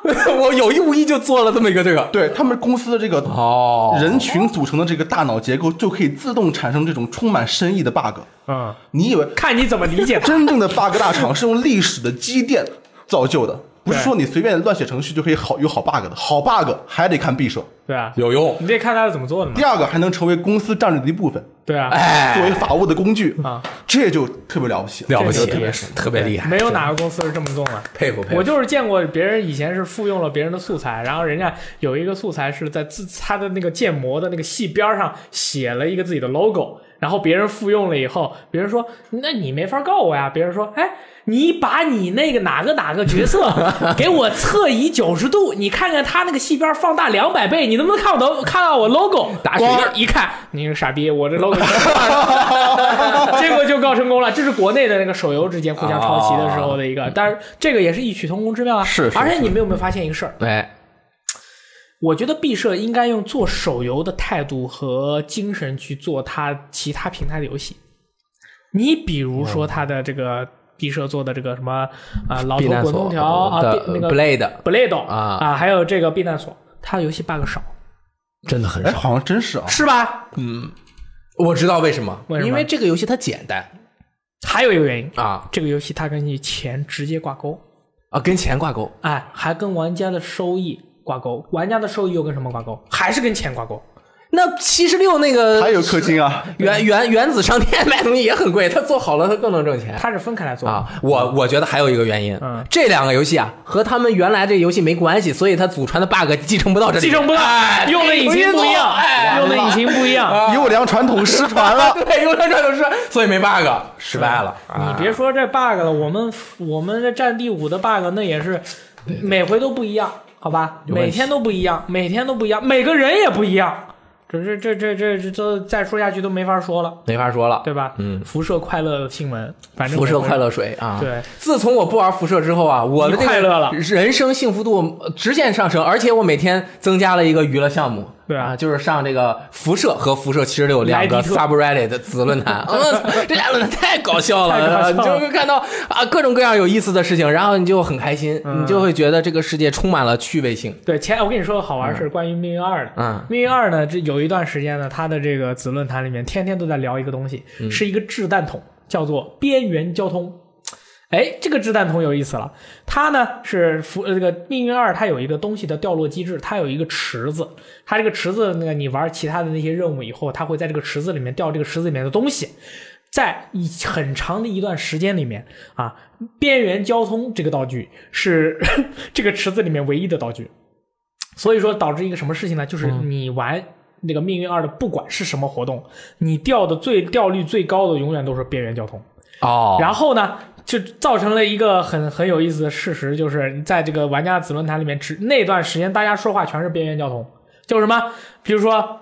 B: (laughs) 我有意无意就做了这么一个这个
C: 对他们公司的这个
B: 哦，
C: 人群组成的这个大脑结构，就可以自动产生这种充满深意的 bug。
A: 嗯，
C: 你以为
A: 看你怎么理解它。
C: 真正的 bug 大厂是用历史的积淀造就的，不是说你随便乱写程序就可以好有好 bug 的。好 bug 还得看毕设。
A: 对啊，
B: 有用。
A: 你得看他是怎么做的嘛
C: 第。二个还能成为公司战略的一部分，
A: 对啊，
B: 哎，
C: 作为法务的工具
A: 啊，
C: 这就特别了不起了。
B: 了不起
A: 这个特别，
B: 特
C: 哎
B: 别厉害，
A: 没有哪个公司是这么弄的。
B: 佩服佩服。 (laughs)
A: 我就是见过别人以前是复用了别人的素材，然后人家有一个素材是在自他的那个建模的那个细边儿上写了一个自己的 logo，然后别人复用了以后，别人说那你没法告我呀，别人说哎。你把你那个哪个哪个角色 (laughs) 给我侧移九十度，你看看他那个细边儿放大两百倍，你能不能看我的看到我 logo？
B: 打水印儿
A: 光一看，你个傻逼，我这
B: (laughs)
A: logo 已经换了结果就告成功了。这是国内的那个手游之间互相抄袭的时候的一个，当然这个也是异曲同工之妙啊。
B: 啊是是
A: 而且你们有没有发现一个事儿？
B: 哎，
A: 我觉得毕设应该用做手游的态度和精神去做它其他平台的游戏。你比如说它的这个毕设做的这个什么啊，老头
B: 嗯避难
A: 滚
B: 所
A: 空调啊，
B: 的
A: 避那个
B: Blade
A: Blade
B: 啊
A: 啊，还有这个避难所，它的游戏 bug 少
B: 真的很
C: 哎，
B: 少。
C: 好像真是啊，
A: 是吧？
B: 我知道为什么，
A: 为什么
B: 因为这个游戏它简单
A: 还有一个原因，
B: 啊
A: 这个游戏它跟你钱直接挂钩，
B: 啊，跟钱挂钩。
A: 哎，还跟玩家的收益挂钩，玩家的收益又跟什么挂钩？还是跟钱挂钩。
B: 那七十六那个
C: 还有氪金啊，
B: 原原原子商店 (laughs) 卖东西也很贵，它做好了它更能挣钱
A: 它是分开来做的，
B: 哎啊。我我觉得还有一个原因
A: 嗯，
B: 这两个游戏啊和他们原来这游戏没关系，所以它祖传的 bug 继承不到这里，
A: 继承不到
B: 哎，
A: 用的引擎不一样，用的引擎不一样。
C: 优良传统失传 (laughs) 了。
B: 对，用上这就是，所以没 bug，失败了。啊
A: 你别说这 bug 了，我们我们这战地五的 bug 那也是每回都不一样，好吧？
B: 有问题
A: 每天都不一样，每天都不一样，每个人也不一样。这这这这这这都再说下去都没法说了，
B: 没法说了，
A: 对吧？
B: 嗯
A: 辐射快乐新闻，反正
B: 辐射快
A: 乐
B: 乐水啊！
A: 对，
B: 自从我不玩辐射之后啊，我的这
A: 你快乐了
B: 个人生幸福度呃直线上升，而且我每天增加了一个娱乐项目，
A: 对啊
B: 啊，就是上这个辐射和辐射七十六两
A: 莱
B: 个
A: 迪特
B: subreddit 的子论
A: (laughs)
B: 坛，我操，这俩论坛太搞笑
A: 太
B: 了，
A: 搞笑了
B: 你就会看到啊各种各样有意思的事情，然后你就很开心，
A: 嗯
B: 你就会觉得这个世界充满了趣味性。
A: 对，前我跟你说个好玩的事儿，关于命运二的。
B: 嗯
A: 命运二呢，这有一段时间呢，它的这个子论坛里面天天都在聊一个东西，是一个掷弹筒，叫做边缘交通。哎，这个掷弹筒有意思了，它呢是服呃这个命运二，它有一个东西的掉落机制，它有一个池子，它这个池子那个你玩其他的那些任务以后，它会在这个池子里面掉这个池子里面的东西。在一很长的一段时间里面啊，边缘交通这个道具是这个池子里面唯一的道具，所以说导致一个什么事情呢？就是你玩那个命运二的，不管是什么活动，你掉的最掉率最高的永远都是边缘交通。
B: 哦，
A: 然后呢，就造成了一个很很有意思的事实，就是在这个玩家子论坛里面，只那段时间大家说话全是边缘交通，就是什么，比如说，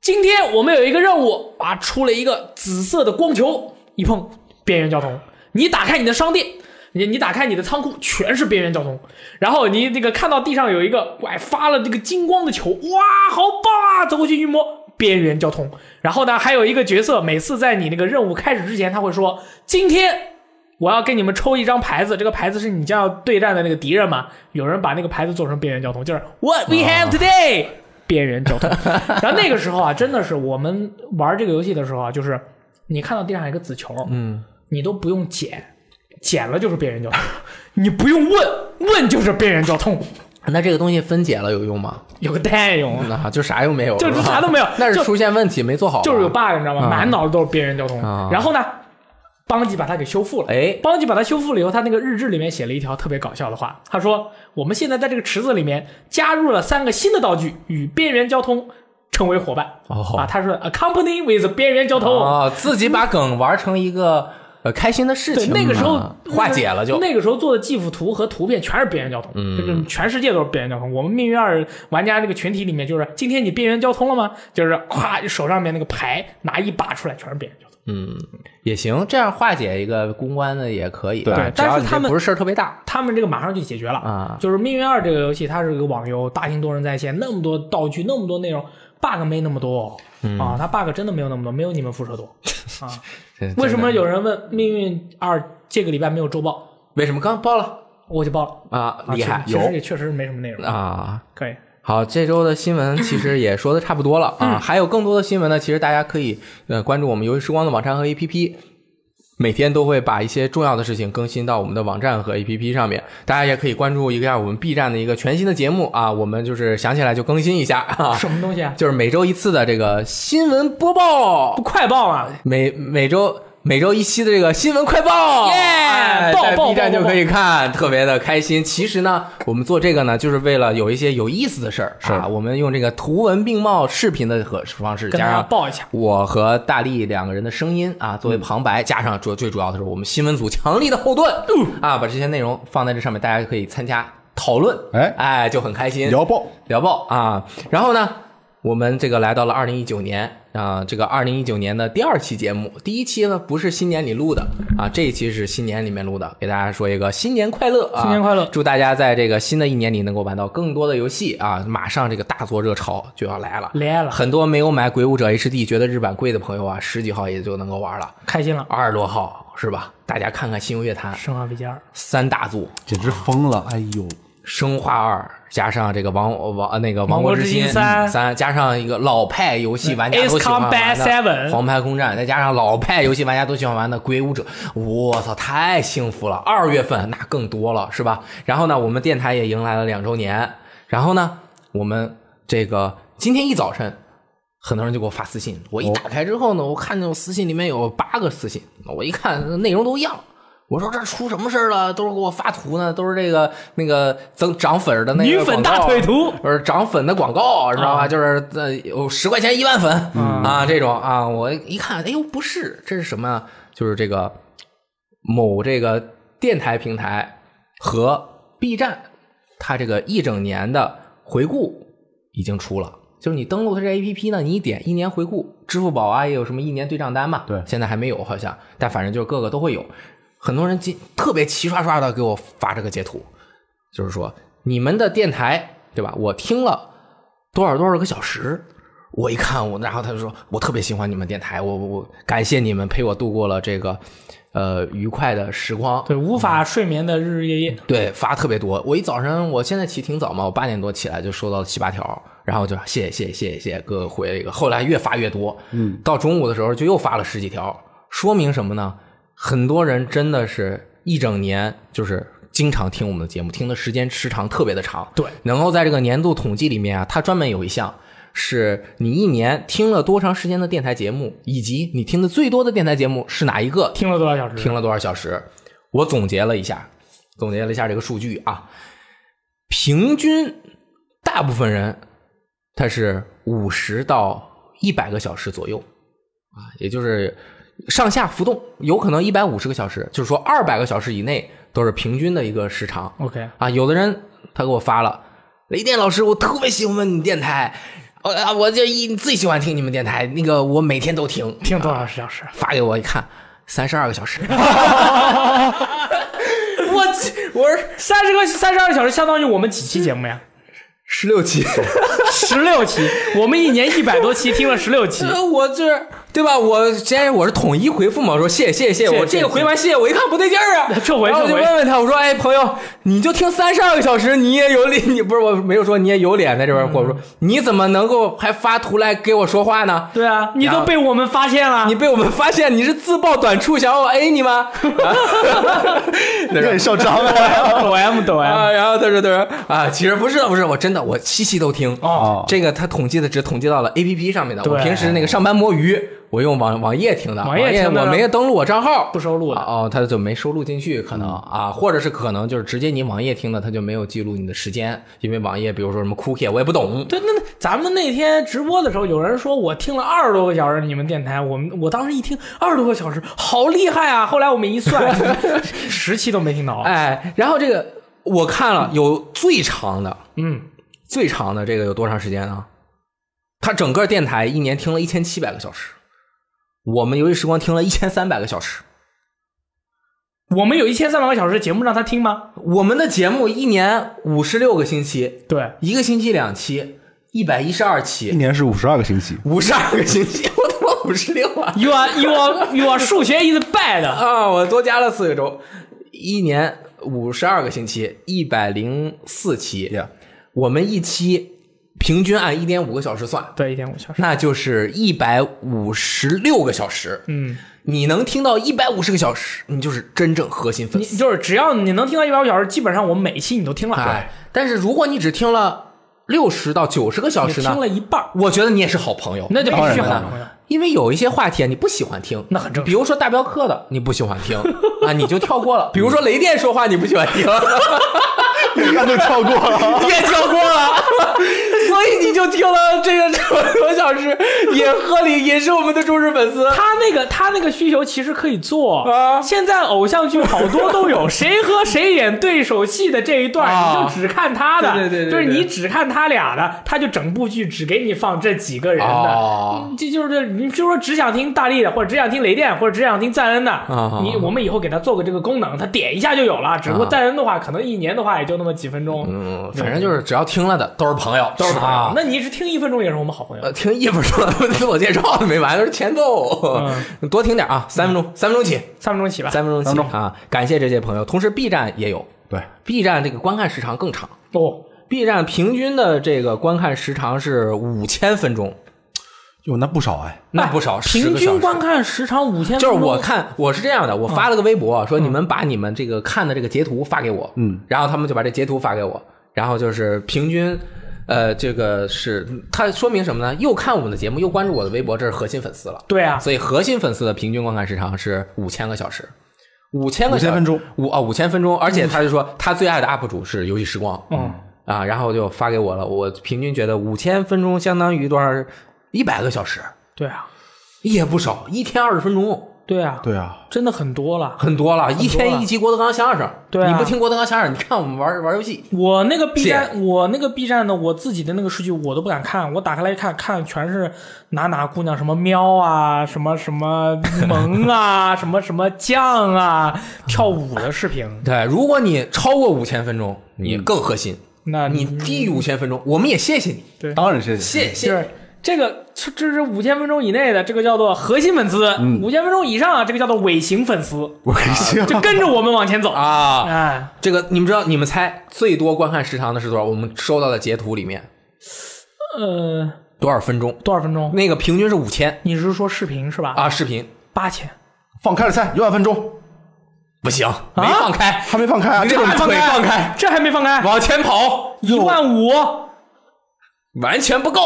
A: 今天我们有一个任务啊，出了一个紫色的光球，一碰边缘交通，你打开你的商店。你你打开你的仓库，全是边缘交通，然后你这个看到地上有一个哎发了这个金光的球，哇，好棒啊！走过去一摸，边缘交通。然后呢，还有一个角色，每次在你那个任务开始之前，他会说：“今天我要给你们抽一张牌子，这个牌子是你将要对战的那个敌人嘛。”有人把那个牌子做成边缘交通，就是 What we have today，、边缘交通。然后那个时候啊，真的是我们玩这个游戏的时候啊，就是你看到地上有一个紫球，嗯，你都不用捡，捡了就是边缘交通， (laughs) 你不用问，问就是边缘交通，
B: 那这个东西分解了有用吗？
A: 有个蛋用啊。
B: 那就啥用没有，
A: 就是
B: 吧
A: 啥都没有
B: (laughs) 那
A: 就是
B: 出现问题没做好，
A: 就是有 bug，你知道吗？
B: 啊
A: 满脑子都是边缘交通。
B: 啊
A: 然后呢，邦吉把它给修复了。
B: 哎
A: 邦吉把它修复了以后，他那个日志里面写了一条特别搞笑的话，他说：“我们现在在这个池子里面加入了三个新的道具，与边缘交通成为伙伴。”
B: 哦
A: 啊，他说：“accompany with 边缘交通。
B: 哦，自己把梗玩成一个呃开心的事
A: 对，
B: 情嘛，啊
A: 那个时候
B: 化解了就。嗯
A: 那个时候做的 GIF 图和图片全是边缘交通，就是全世界都是边缘交通。我们命运二玩家这个群体里面，就是今天你边缘交通了吗？就是咵手上面那个牌拿一把出来，全是边缘交通。
B: 嗯，也行，这样化解一个公关的也可以。
C: 对
B: 啊
A: 对
B: 只要
A: 但是
B: 你
A: 他
B: 这
A: 们
B: 不是事儿特别大
A: 他们这个马上就解决了
B: 啊
A: 就是《命运二》这个游戏，它是个网游，大型多人在线，那么多道具，那么多内容，bug 没那么多、
B: 嗯
A: 啊，它 bug 真的没有那么多，没有你们辐射多啊。
B: (laughs) 真
A: 为什么
B: 真的
A: 有人问《命运二》这个礼拜没有周报？
B: 为什么刚包了
A: 我就报了，
B: 啊？
A: 啊、
B: 厉害，
A: 其实其实也确实没什么内容，
B: 啊。
A: 可以。
B: 好，这周的新闻其实也说的差不多了啊，
A: 嗯
B: 还有更多的新闻呢，其实大家可以呃关注我们游戏时光的网站和 APP。每天都会把一些重要的事情更新到我们的网站和 APP 上面，大家也可以关注一下我们 B 站的一个全新的节目啊，我们就是想起来就更新一下啊，
A: 什么东西啊？
B: 就是每周一次的这个新闻播报
A: 不，快报啊！
B: 每每周。每周一期的这个新闻快报，
A: 耶
B: 哎
A: 爆
B: 在
A: 爆
B: B 站
A: 爆
B: 就
A: 爆
B: 可以看，特别的开心。其实呢，我们做这个呢，就是为了有一些有意思的事儿啊，我们用这个图文并茂、视频的和方式，
A: 跟
B: 加
A: 大家
B: 上
A: 报一下。
B: 我和大力两个人的声音啊，作为旁白，加上主最主要的是我们新闻组强力的后盾、啊，把这些内容放在这上面，大家可以参加讨论，
C: 哎
B: 哎，就很开心，
C: 聊爆，
B: 聊爆啊！然后呢，我们这个来到了二零一九年啊、这个二零一九年的第二期节目，第一期呢不是新年里录的啊，这一期是新年里面录的，给大家说一个新年快乐啊！
A: 新年快乐
B: 祝大家在这个新的一年里能够玩到更多的游戏啊！马上这个大作热潮就要来了。
A: 来了，
B: 很多没有买《鬼武者 HD》觉得日版贵的朋友啊，十几号也就能够玩了，
A: 开心了，
B: 二十多号是吧？大家看看《新游乐坛》
A: 生化危机二，
B: 三大作，《
C: 简直疯了！哎呦，
B: 生化二》加上这个王王呃那个《王
A: 王国
B: 之
A: 之
B: 心嗯
A: 心》三
B: 三，加上一个老派游戏玩家
A: Ace
B: 都喜欢玩的
A: Combat
B: 《
A: 7
B: 黄牌空战》，再加上老派游戏玩家都喜欢玩的《鬼武者》，我操，太幸福了！二月份那更多了，是吧？然后呢，我们电台也迎来了两周年，然后呢，我们这个今天一早晨。很多人就给我发私信，我
A: 哦
B: 一打开之后呢，我看见我私信里面有八个私信，我一看内容都一样，我说这出什么事儿了？都是给我发图呢，都是这个那个增涨粉儿的那个
A: 女粉大
B: 广告啊
A: 腿图
B: 不是涨粉的广告，知道吧？就是呃，有十块钱一万粉啊这种啊，我一看，哎呦，不是，这是什么呀？就是这个某这个电台平台和 B 站，它这个一整年的回顾已经出了。就是你登录它这 A P P 呢，你一点一年回顾，支付宝啊也有什么一年对账单嘛，
C: 对
B: 现在还没有好像，但反正就是各个都会有。很多人今特别齐刷刷的给我发这个截图，就是说你们的电台对吧？我听了多少多少个小时，我一看我，然后他就说我特别喜欢你们电台，我我我感谢你们陪我度过了这个呃愉快的时光。
A: 对，无法睡眠的日日夜夜，
B: 对，发特别多。我一早上，我现在起挺早嘛，我八点多起来就收到了七八条，然后就说谢谢谢谢谢谢谢谢各位回了一个。后来越发越多，嗯，到中午的时候就又发了十几条，说明什么呢？很多人真的是一整年就是经常听我们的节目，听的时间时长特别的长，
A: 对，
B: 能够在这个年度统计里面啊，它专门有一项。是你一年听了多长时间的电台节目，以及你听的最多的电台节目是哪一个？
A: 听了多少小时？
B: 听了多少小时？我总结了一下，总结了一下这个数据啊，平均大部分人他是五十到一百个小时左右啊，也就是上下浮动，有可能一百五十个小时，就是说二百个小时以内都是平均的一个时长。
A: OK，
B: 啊，有的人他给我发了，雷电老师，我特别喜欢你电台，我啊我就一最喜欢听你们电台，那个我每天都听，
A: 听多少小时？
B: 发给我一看，三十二个小 (laughs) 时。我我说
A: 三十个三十二小时相当于我们几期节目呀？
B: 十六期，
A: 十六期，我们一年一百多期，听了十六期。
B: 我这对吧？我先我是统一回复嘛，我说谢谢谢谢谢谢，
A: 谢
B: 我这
A: 谢
B: 个
A: 谢
B: 回完谢谢，我一看不对
A: (laughs)
B: 劲儿啊，
A: 撤回
B: 然后我
A: 撤
B: 就
A: 回
B: 问问他，我说哎朋友，你就听三十二个小时，你也有脸？ (laughs) 你不是我没有说你也有脸在这边，我说你怎么能够还发图来给我说话呢？
A: 嗯对啊，你
B: 然
A: 都
B: 后
A: 被我们发现了
B: 你。被我们发现你是自曝短处，想让我 A 你吗？ (laughs)
C: 有点嚣张啊！
A: 抖 M 抖 M，
B: 啊，然后他说他说啊，其实不是的不是的，我真的我七期都听
C: 啊
A: 哦
B: 这个他统计的只统计到了 A P P 上面的，我
A: 对
B: 平时那个上班摸鱼，我用网网页听的，
A: 网
B: 网
A: 页听的
B: 我没登录我账号，
A: 不收录的嗯
B: 啊哦，他就没收录进去，可能啊，或者是可能就是直接你网页听的，他就没有记录你的时间，因为网页比如说什么 Cookie 啊我也不懂，
A: 对，那那咱们那天直播的时候，有人说我听了二十多个小时你们电台，我们我当时一听二十多个小时，好厉害啊！后来我们一
B: (laughs)
A: 算，十期都没听到。啊
B: 哎，然后这个我看了有最长的
A: 嗯，
B: 最长的这个有多长时间呢？他整个电台一年听了一千七百个小时，我们游戏时光听了一千三百个小时。
A: 我们有一千三百个小时的节目让他听吗？
B: 我们的节目一年五十六个星期，
A: 对，
B: 一个星期两期，一百一十二
C: 一
B: 期，
C: 年是五十二个星期，
B: 五十二个星期，我他妈五十六啊！
A: You are you are you are 数学 is bad。
B: 啊，我多加了四个周，一年五十二个星期，一百零四期
C: Yeah
B: 我们一期平均按一点五个小时算，
A: 对，一点五小时。
B: 那就是一百五十六个小时。
A: 嗯，
B: 你能听到一百五十个小时，你就是真正核心粉
A: 你
B: 丝。
A: 就是只要你能听到一百个小时，基本上我每一期你都听了，
B: 哎，但是如果你只听了六十到九十个小
A: 你
B: 时
A: 听
B: 呢，
A: 了一半儿，
B: 我觉得你也是好朋友。
A: 那就
C: 当
A: 必
C: 然
A: 须
C: 了
A: 好朋友。
B: 因为有一些话题啊你不喜欢听，
A: 那很正常
B: 比如说大镖客的，你不喜欢 (laughs) 听啊，你就跳过 (laughs) 了。比如说雷电说话，你不喜欢听，
C: 那就跳过
B: (laughs)
C: 了。
B: 你也跳过了， (laughs) 所以你就听了这个这么多小时，也合理，也是我们的忠实粉丝。
A: 他那个他那个需求其实可以做
B: 啊
A: 现在偶像剧好多都 (laughs) 有，谁和谁演对手戏的这一段，
B: 啊
A: 你就只看他的，
B: 对对对对
A: 就是
B: 对
A: 你只看他俩的，他就整部剧只给你放这几个人的。
B: 哦，
A: 这就是你就说只想听大力的，或者只想听雷电，或者只想听赞恩的，
B: 啊
A: 你我们以后给他做个这个功能，他点一下就有了。只不过赞恩的话，可能一年的话也就那么几分钟，
B: 嗯，反正就是只要听了的都是朋友，
A: 都是朋友
B: 啊。
A: 那你只听一分钟也是我们好朋友。
B: 呃，听一本说自我介绍的 (laughs) 没完，都是前奏， (laughs) 多听点啊，三分钟，三分钟起，
A: 嗯三分钟起吧。
B: 三分钟
C: 三
B: 起
C: 分
B: 啊！感谢这些朋友，同时 B 站也有
C: 对，
B: ，B 站这个观看时长更长
A: 哦，
B: ，B 站平均的这个观看时长是五千分钟，
C: 哟，那不少哎。
B: 那不少，
A: 平
B: 10个小
A: 均
B: 时
A: 观看时长五千，
B: 就是我看我是这样的，我发了个微博说你们把你们这个看的这个截图发给我，
C: 嗯，
B: 然后他们就把这截图发给我，然后就是平均。呃，这个是它说明什么呢？又看我们的节目，又关注我的微博，这是核心粉丝了。
A: 对啊，
B: 所以核心粉丝的平均观看时长是五千个小时，五千个小
C: 5000分钟，
B: 五啊五千分钟，而且他就说他最爱的 UP 主是游戏时光，
A: 嗯
B: 啊，然后就发给我了，我平均觉得五千分钟相当于多少？一百个小时
A: 对啊，
B: 也不少，一天二十分钟。
A: 对啊，
C: 对啊，
A: 真的很多了。
B: 很多了，一天一集郭德纲相声。
A: 对啊
B: 你不听郭德纲相声，你看我们玩玩游戏。
A: 我那个 B
B: 谢
A: 站，我那个 B 站的，我自己的那个数据我都不敢看，我打开来一看，看全是哪哪姑娘什么喵啊，什么什么萌
B: (laughs)
A: 啊，什么什么酱啊，跳舞的视频，
B: 对，如果你超过五千分钟，
A: 嗯
B: 你更核心；
A: 那
B: 你低于五千分钟，我们也谢谢你，
A: 对
C: 当然谢谢。
B: 谢
A: 就
B: 谢。
A: 是这个，这这是五千分钟以内的，这个叫做核心粉丝；
B: 嗯
A: 五千分钟以上啊，这个叫做尾行粉丝，
C: 我可以笑。
A: 啊就跟着我们往前走。
B: 啊，
A: 哎，
B: 这个你们知道，你们猜最多观看时长的是多少？我们收到的截图里面
A: 呃，
B: 多少分钟？
A: 多少分钟？
B: 那个平均是五千
A: 你是说视频是吧？
B: 啊，视频
A: 八千。
C: 放开了菜，有两分钟，
B: 不行，
A: 啊
B: 没放开，
C: 还没放开啊！
B: 你
C: 这
B: 得
C: 种
B: 把腿放
C: 腿
B: 开，
A: 这还没放开，
B: 往前跑，
A: 一万五，
B: 完全不够，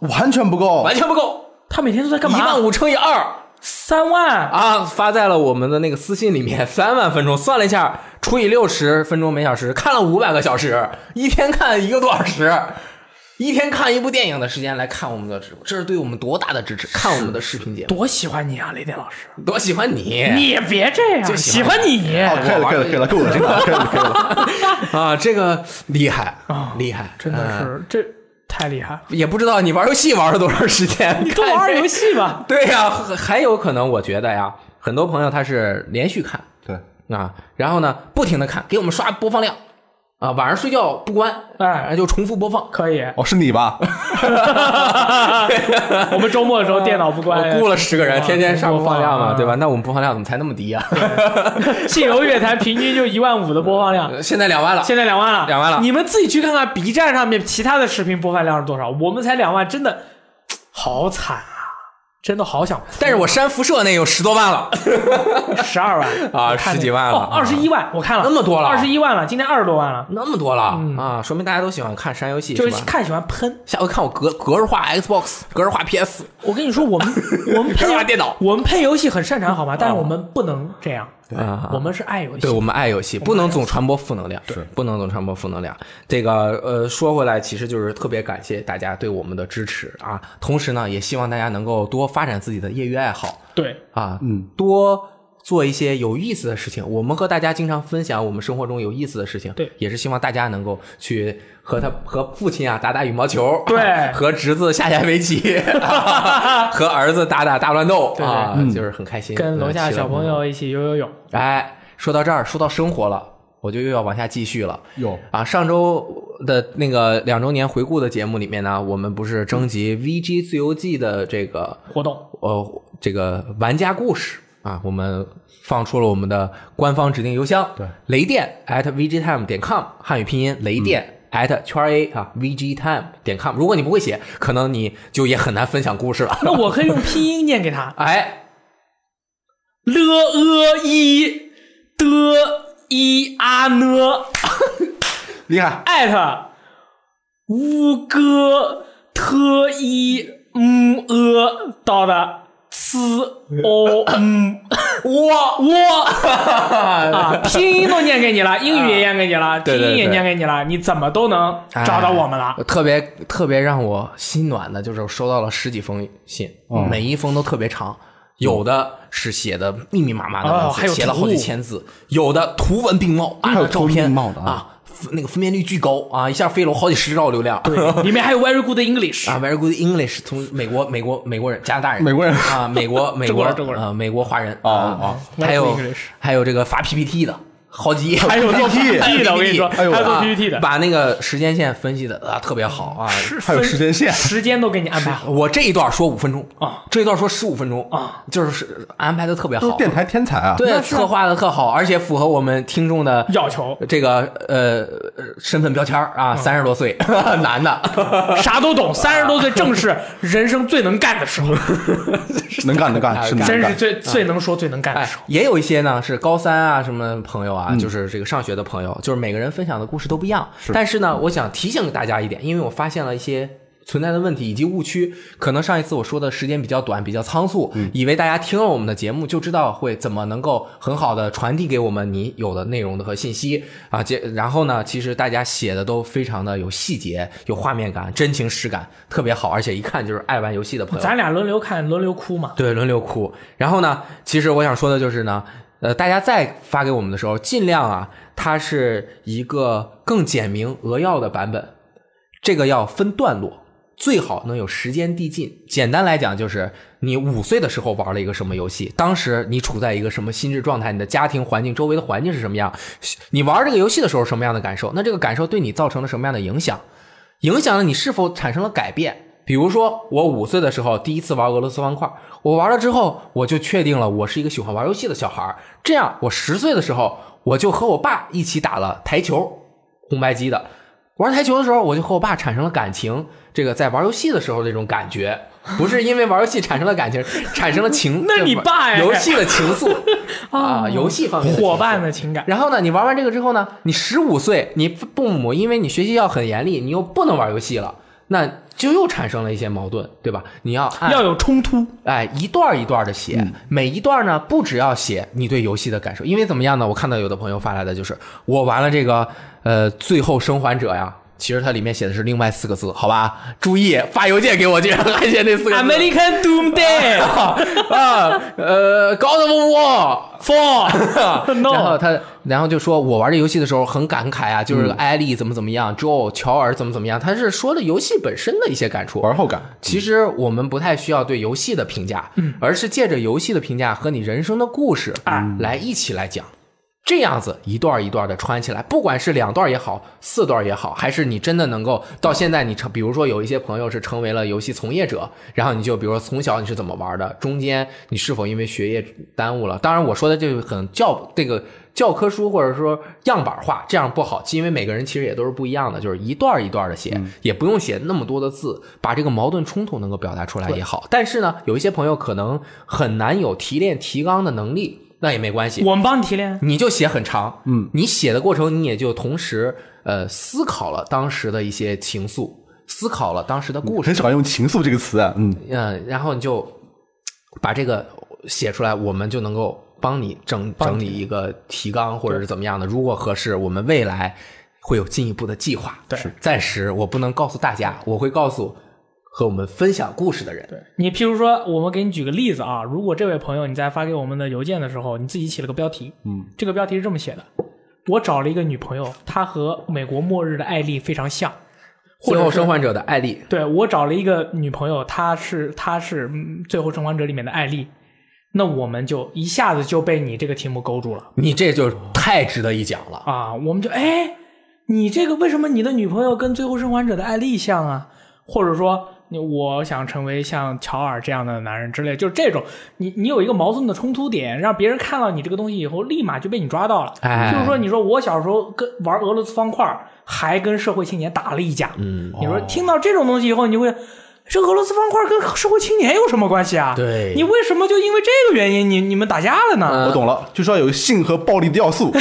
C: 完全不够
B: 完。全不够，
A: 他每天都在干
B: 一
A: 嘛？
B: 万五乘以二。
A: 三万，
B: 啊，发在了我们的那个私信里面，三万分钟，算了一下，除以六十分钟每小时，看了五百个小时，一天看一个多小时， (laughs) 一天看一部电影的时间来看我们的直播，这是对我们多大的支持！看我们的视频节目，
A: 多喜欢你啊，雷电老师！
B: 多喜欢你，
A: 你别这样，
B: 哎就喜
A: 喜
B: 欢
A: 欢你。
C: 好，哦可以了，可以了，可以了，够了，真的，可以了，可以了。
B: 啊，这个厉害
A: 啊
B: 厉害，
A: 真的
B: 嗯
A: 是这太厉害了，
B: 也不知道你玩游戏玩了多长时间，
A: 你多玩玩游。戏
B: (laughs)
A: 吧。
B: 对呀、还有可能我觉得呀，很多朋友他是连续看，
C: 对，
B: 啊，然后呢，不停的看，给我们刷播放量啊，晚上睡觉不关，
A: 哎
B: 然后就重复
A: (laughs)
B: 播放。
A: 可以，
C: 哦，是你吧？
A: 我们周末的时候电脑不
B: (laughs) 我
A: 关，
B: 雇了十个人，天天刷播放量嘛，
A: 啊
B: 对吧？那我们播放量怎么才那么低啊？
A: 信游乐坛平均就一万五的播放量，
B: (laughs) 现在两万了，
A: 现在两万了，
B: 两万了
A: 你们自己去看看 B 站上面其他的视频播放量是多少，我们才两万，真的好惨啊！真的好想哭，
B: 但是我删辐射那有十多
A: (laughs)
B: 万了，
A: 十二万
B: (laughs) 啊
A: 我看那
B: 十几万了
A: 哦，二十一万，我看了
B: 那么多了
A: 二十一万了，今天二十多万了，
B: 那么多了啊，说明大家都喜欢看删游戏，
A: 嗯就是
B: 吧？
A: 看喜欢喷。
B: 下回看我格格式化 Xbox，格式化 PS，
A: 我跟你说， (laughs) 我们我们
B: 别
A: 配
B: 玩电脑
A: 我们配游戏很擅长，好吗？但是我们不能这样，啊
B: 啊
A: 我们是爱游戏
B: 对。我们爱游戏，不能总传播负能量，对，不能总传播负能量。这个呃，说回来，其实就是特别感谢大家对我们的支持啊，同时呢，也希望大家能够多发展自己的业余爱好
A: 对，
B: 啊，
C: 嗯，
B: 多做一些有意思的事情。我们和大家经常分享我们生活中有意思的事情，
A: 对
B: 也是希望大家能够去和他和父亲啊打打羽毛球，
A: (laughs) 对
B: (laughs) 和侄子下下围棋， (laughs) 和儿子打打大乱斗
A: 对对嗯
B: 啊，就是很开心，
A: 跟楼
B: 嗯
A: 下
B: 希
A: 小
B: 望
A: 朋友一起游游泳，
B: 哎，说到这儿，说到生活了，我就又要往下继续了。
C: 有
B: 啊，上周的那个两周年回顾的节目里面呢，我们不是征集 VG 自由记的这个
A: 活动
B: 呃这个玩家故事啊，我们放出了我们的官方指定邮箱，
C: 对，
B: 雷电 at vgtime 点 com，汉语拼音雷电。at 圈 a 啊，vgtime 点 com。如果你不会写，可能你就也很难分享故事了。
A: (laughs) 那我可以用拼音念给他
B: 哎，
A: ：l e i d i a n
C: 厉害，
A: 啊艾特乌哥特一嗯呃到的哦嗯思 o m 我我啊，拼音都念给你了，英语也念给你了，拼
B: 对对
A: 音也
B: 对
A: 念给你了，你怎么都能找到我们了。
B: 哎特别特别让我心暖的就是我收到了十几封信，
C: 嗯
B: 每一封都特别长，有的是写的密密麻麻的文
A: 哦
B: 字，
A: 还有
B: 写了
A: 图
B: 好几千字，有的图文并茂，按
C: 还
B: 照
C: 有
B: 照
C: 图
B: 片
C: 并茂的啊
B: 啊，那个分辨率巨高啊，一下飞楼好几十兆流量。 (laughs) 对
A: 里面还有 very good English，
B: 啊，very good English，从美国美国美国人、加拿大人、
C: 美国人
B: 啊，
A: (laughs)
B: 美国美国
A: 中国人中国人
B: 啊，美国华人
C: 哦
B: 啊
C: 哦
B: 还有
A: English
B: 还有这个发 PPT 的，好几页，
A: 还有做
C: PPT
A: PPT 的，我跟你说，还
C: 哎呦
A: 有做
B: 啊
A: PPT 的，
B: 把那个时间线分析的啊特别好啊，
C: 还有时间线
A: 时间都给你安排好。
B: 我这一段说五分钟
A: 啊，
B: 这一段说十五分钟
A: 啊，
B: 就是安排的特别
C: 都是
B: 好，
C: 电台天才啊！
B: 对，策划的特好，而且符合我们听众的
A: 要
B: (laughs)
A: 嗯求
B: 这个呃身份标签儿啊，三十多岁 (laughs) 男的，
A: 啥都懂，三十多岁正是人生最能干的时候，
C: 能干能干，是能
A: 真是
C: 干。
A: 最最能说最能干的
B: 哎
A: 时候。，
B: 也有一些呢是高三啊什么朋友啊，就是这个上学的朋友，就是每个人分享的故事都不一样。但是呢，我想提醒大家一点，因为我发现了一些。存在的问题以及误区，可能上一次我说的时间比较短，比较仓促，以为大家听了我们的节目就知道会怎么能够很好的传递给我们你有的内容的和信息啊。结然后呢，其实大家写的都非常的有细节、有画面感、真情实感，特别好，而且一看就是爱玩游戏的朋友。
A: 咱俩轮流看，轮流哭嘛。
B: 对，轮流哭。然后呢，其实我想说的就是呢，呃，大家再发给我们的时候，尽量啊，它是一个更简明扼要的版本，这个要分段落。最好能有时间递进。简单来讲，就是你五岁的时候玩了一个什么游戏，当时你处在一个什么心智状态，你的家庭环境、周围的环境是什么样，你玩这个游戏的时候什么样的感受，那这个感受对你造成了什么样的影响？影响了你是否产生了改变。比如说，我五岁的时候第一次玩俄罗斯方块，我玩了之后，我就确定了我是一个喜欢玩游戏的小孩儿。这样，我十岁的时候，我就和我爸一起打了台球，红白机的。玩台球的时候，我就和我爸产生了感情。这个在玩游戏的时候那种感觉，不是因为玩游戏产生了感情，产生了情。
A: 那你爸呀
B: 游戏的情愫啊，游戏方面的情愫
A: 伙伴的情感，
B: (laughs) 然后呢，你玩完这个之后呢，你十五岁，你父母因为你学习要很严厉，你又不能玩游戏了，那就又产生了一些矛盾，对吧？你要按
A: 要有冲突。
B: 哎一段一段的写，每一段呢不只要写你对游戏的感受，因为怎么样呢？我看到有的朋友发来的就是我玩了这个呃《最后生还者》呀。其实它里面写的是另外四个字，好吧？注意发邮件给我，居然还写那四个字。
A: American Doomsday
B: 啊 (laughs) 啊呃，God of War
A: Four，
B: 然后他，然后就说我玩这游戏的时候很感慨啊，就是艾丽怎么怎么样，Joe 乔尔怎么怎么样，他是说了游戏本身的一些感触。
C: 玩后感，
B: 其实我们不太需要对游戏的评价，而是借着游戏的评价和你人生的故事来一起来讲。这样子一段一段的穿起来，不管是两段也好，四段也好，还是你真的能够到现在你成，比如说有一些朋友是成为了游戏从业者，然后你就比如说从小你是怎么玩的，中间你是否因为学业耽误了？当然我说的这个很教这个教科书或者说样板化，这样不好，因为每个人其实也都是不一样的，就是一段一段的写，也不用写那么多的字，把这个矛盾冲突能够表达出来也好。但是呢，有一些朋友可能很难有提炼提纲的能力。那也没关系，
A: 我们帮你提炼。
B: 你就写很长，嗯，你写的过程你也就同时呃思考了当时的一些情愫，思考了当时的故
C: 我
B: 事
C: 很，少用情愫这个词啊。嗯，
B: 嗯、然后你就嘖把这个写出来，我们就能够帮你整整理一个提纲或者是怎么样的，如果合适，我们未来会有进一步的计划。
A: 对
B: 是，暂时我不能告诉大家，我会告诉和我们分享故事的人。对，
A: 你譬如说，我们给你举个例子啊，如果这位朋友你在发给我们的邮件的时候，你自己起了个标题，
C: 嗯，
A: 这个标题是这么写的：我找了一个女朋友，她和美国末日的艾丽非常像。或
B: 最
A: 者
B: 后
A: 是
B: 生还者的艾丽，
A: 对我找了一个女朋友，她是她是嗯《最后生还者》里面的艾丽，那我们就一下子就被你这个题目勾住了
B: 你这就太值得一讲了。
A: 啊！我们就哎，你这个为什么你的女朋友跟《最后生还者》的艾丽像啊？或者说，你我想成为像乔尔这样的男人之类，就是这种，你你有一个矛盾的冲突点，让别人看到你这个东西以后，立马就被你抓到了。
B: 哎，
A: 就是说，你说我小时候跟玩俄罗斯方块，还跟社会青年打了一架。
B: 嗯
A: 你
C: 哦
A: 说听到这种东西以后，你就会，这俄罗斯方块跟社会青年有什么关系啊？
B: 对
A: 你为什么就因为这个原因你你们打架了呢？
B: 嗯
C: 我懂了，就是要有性和暴力的要素。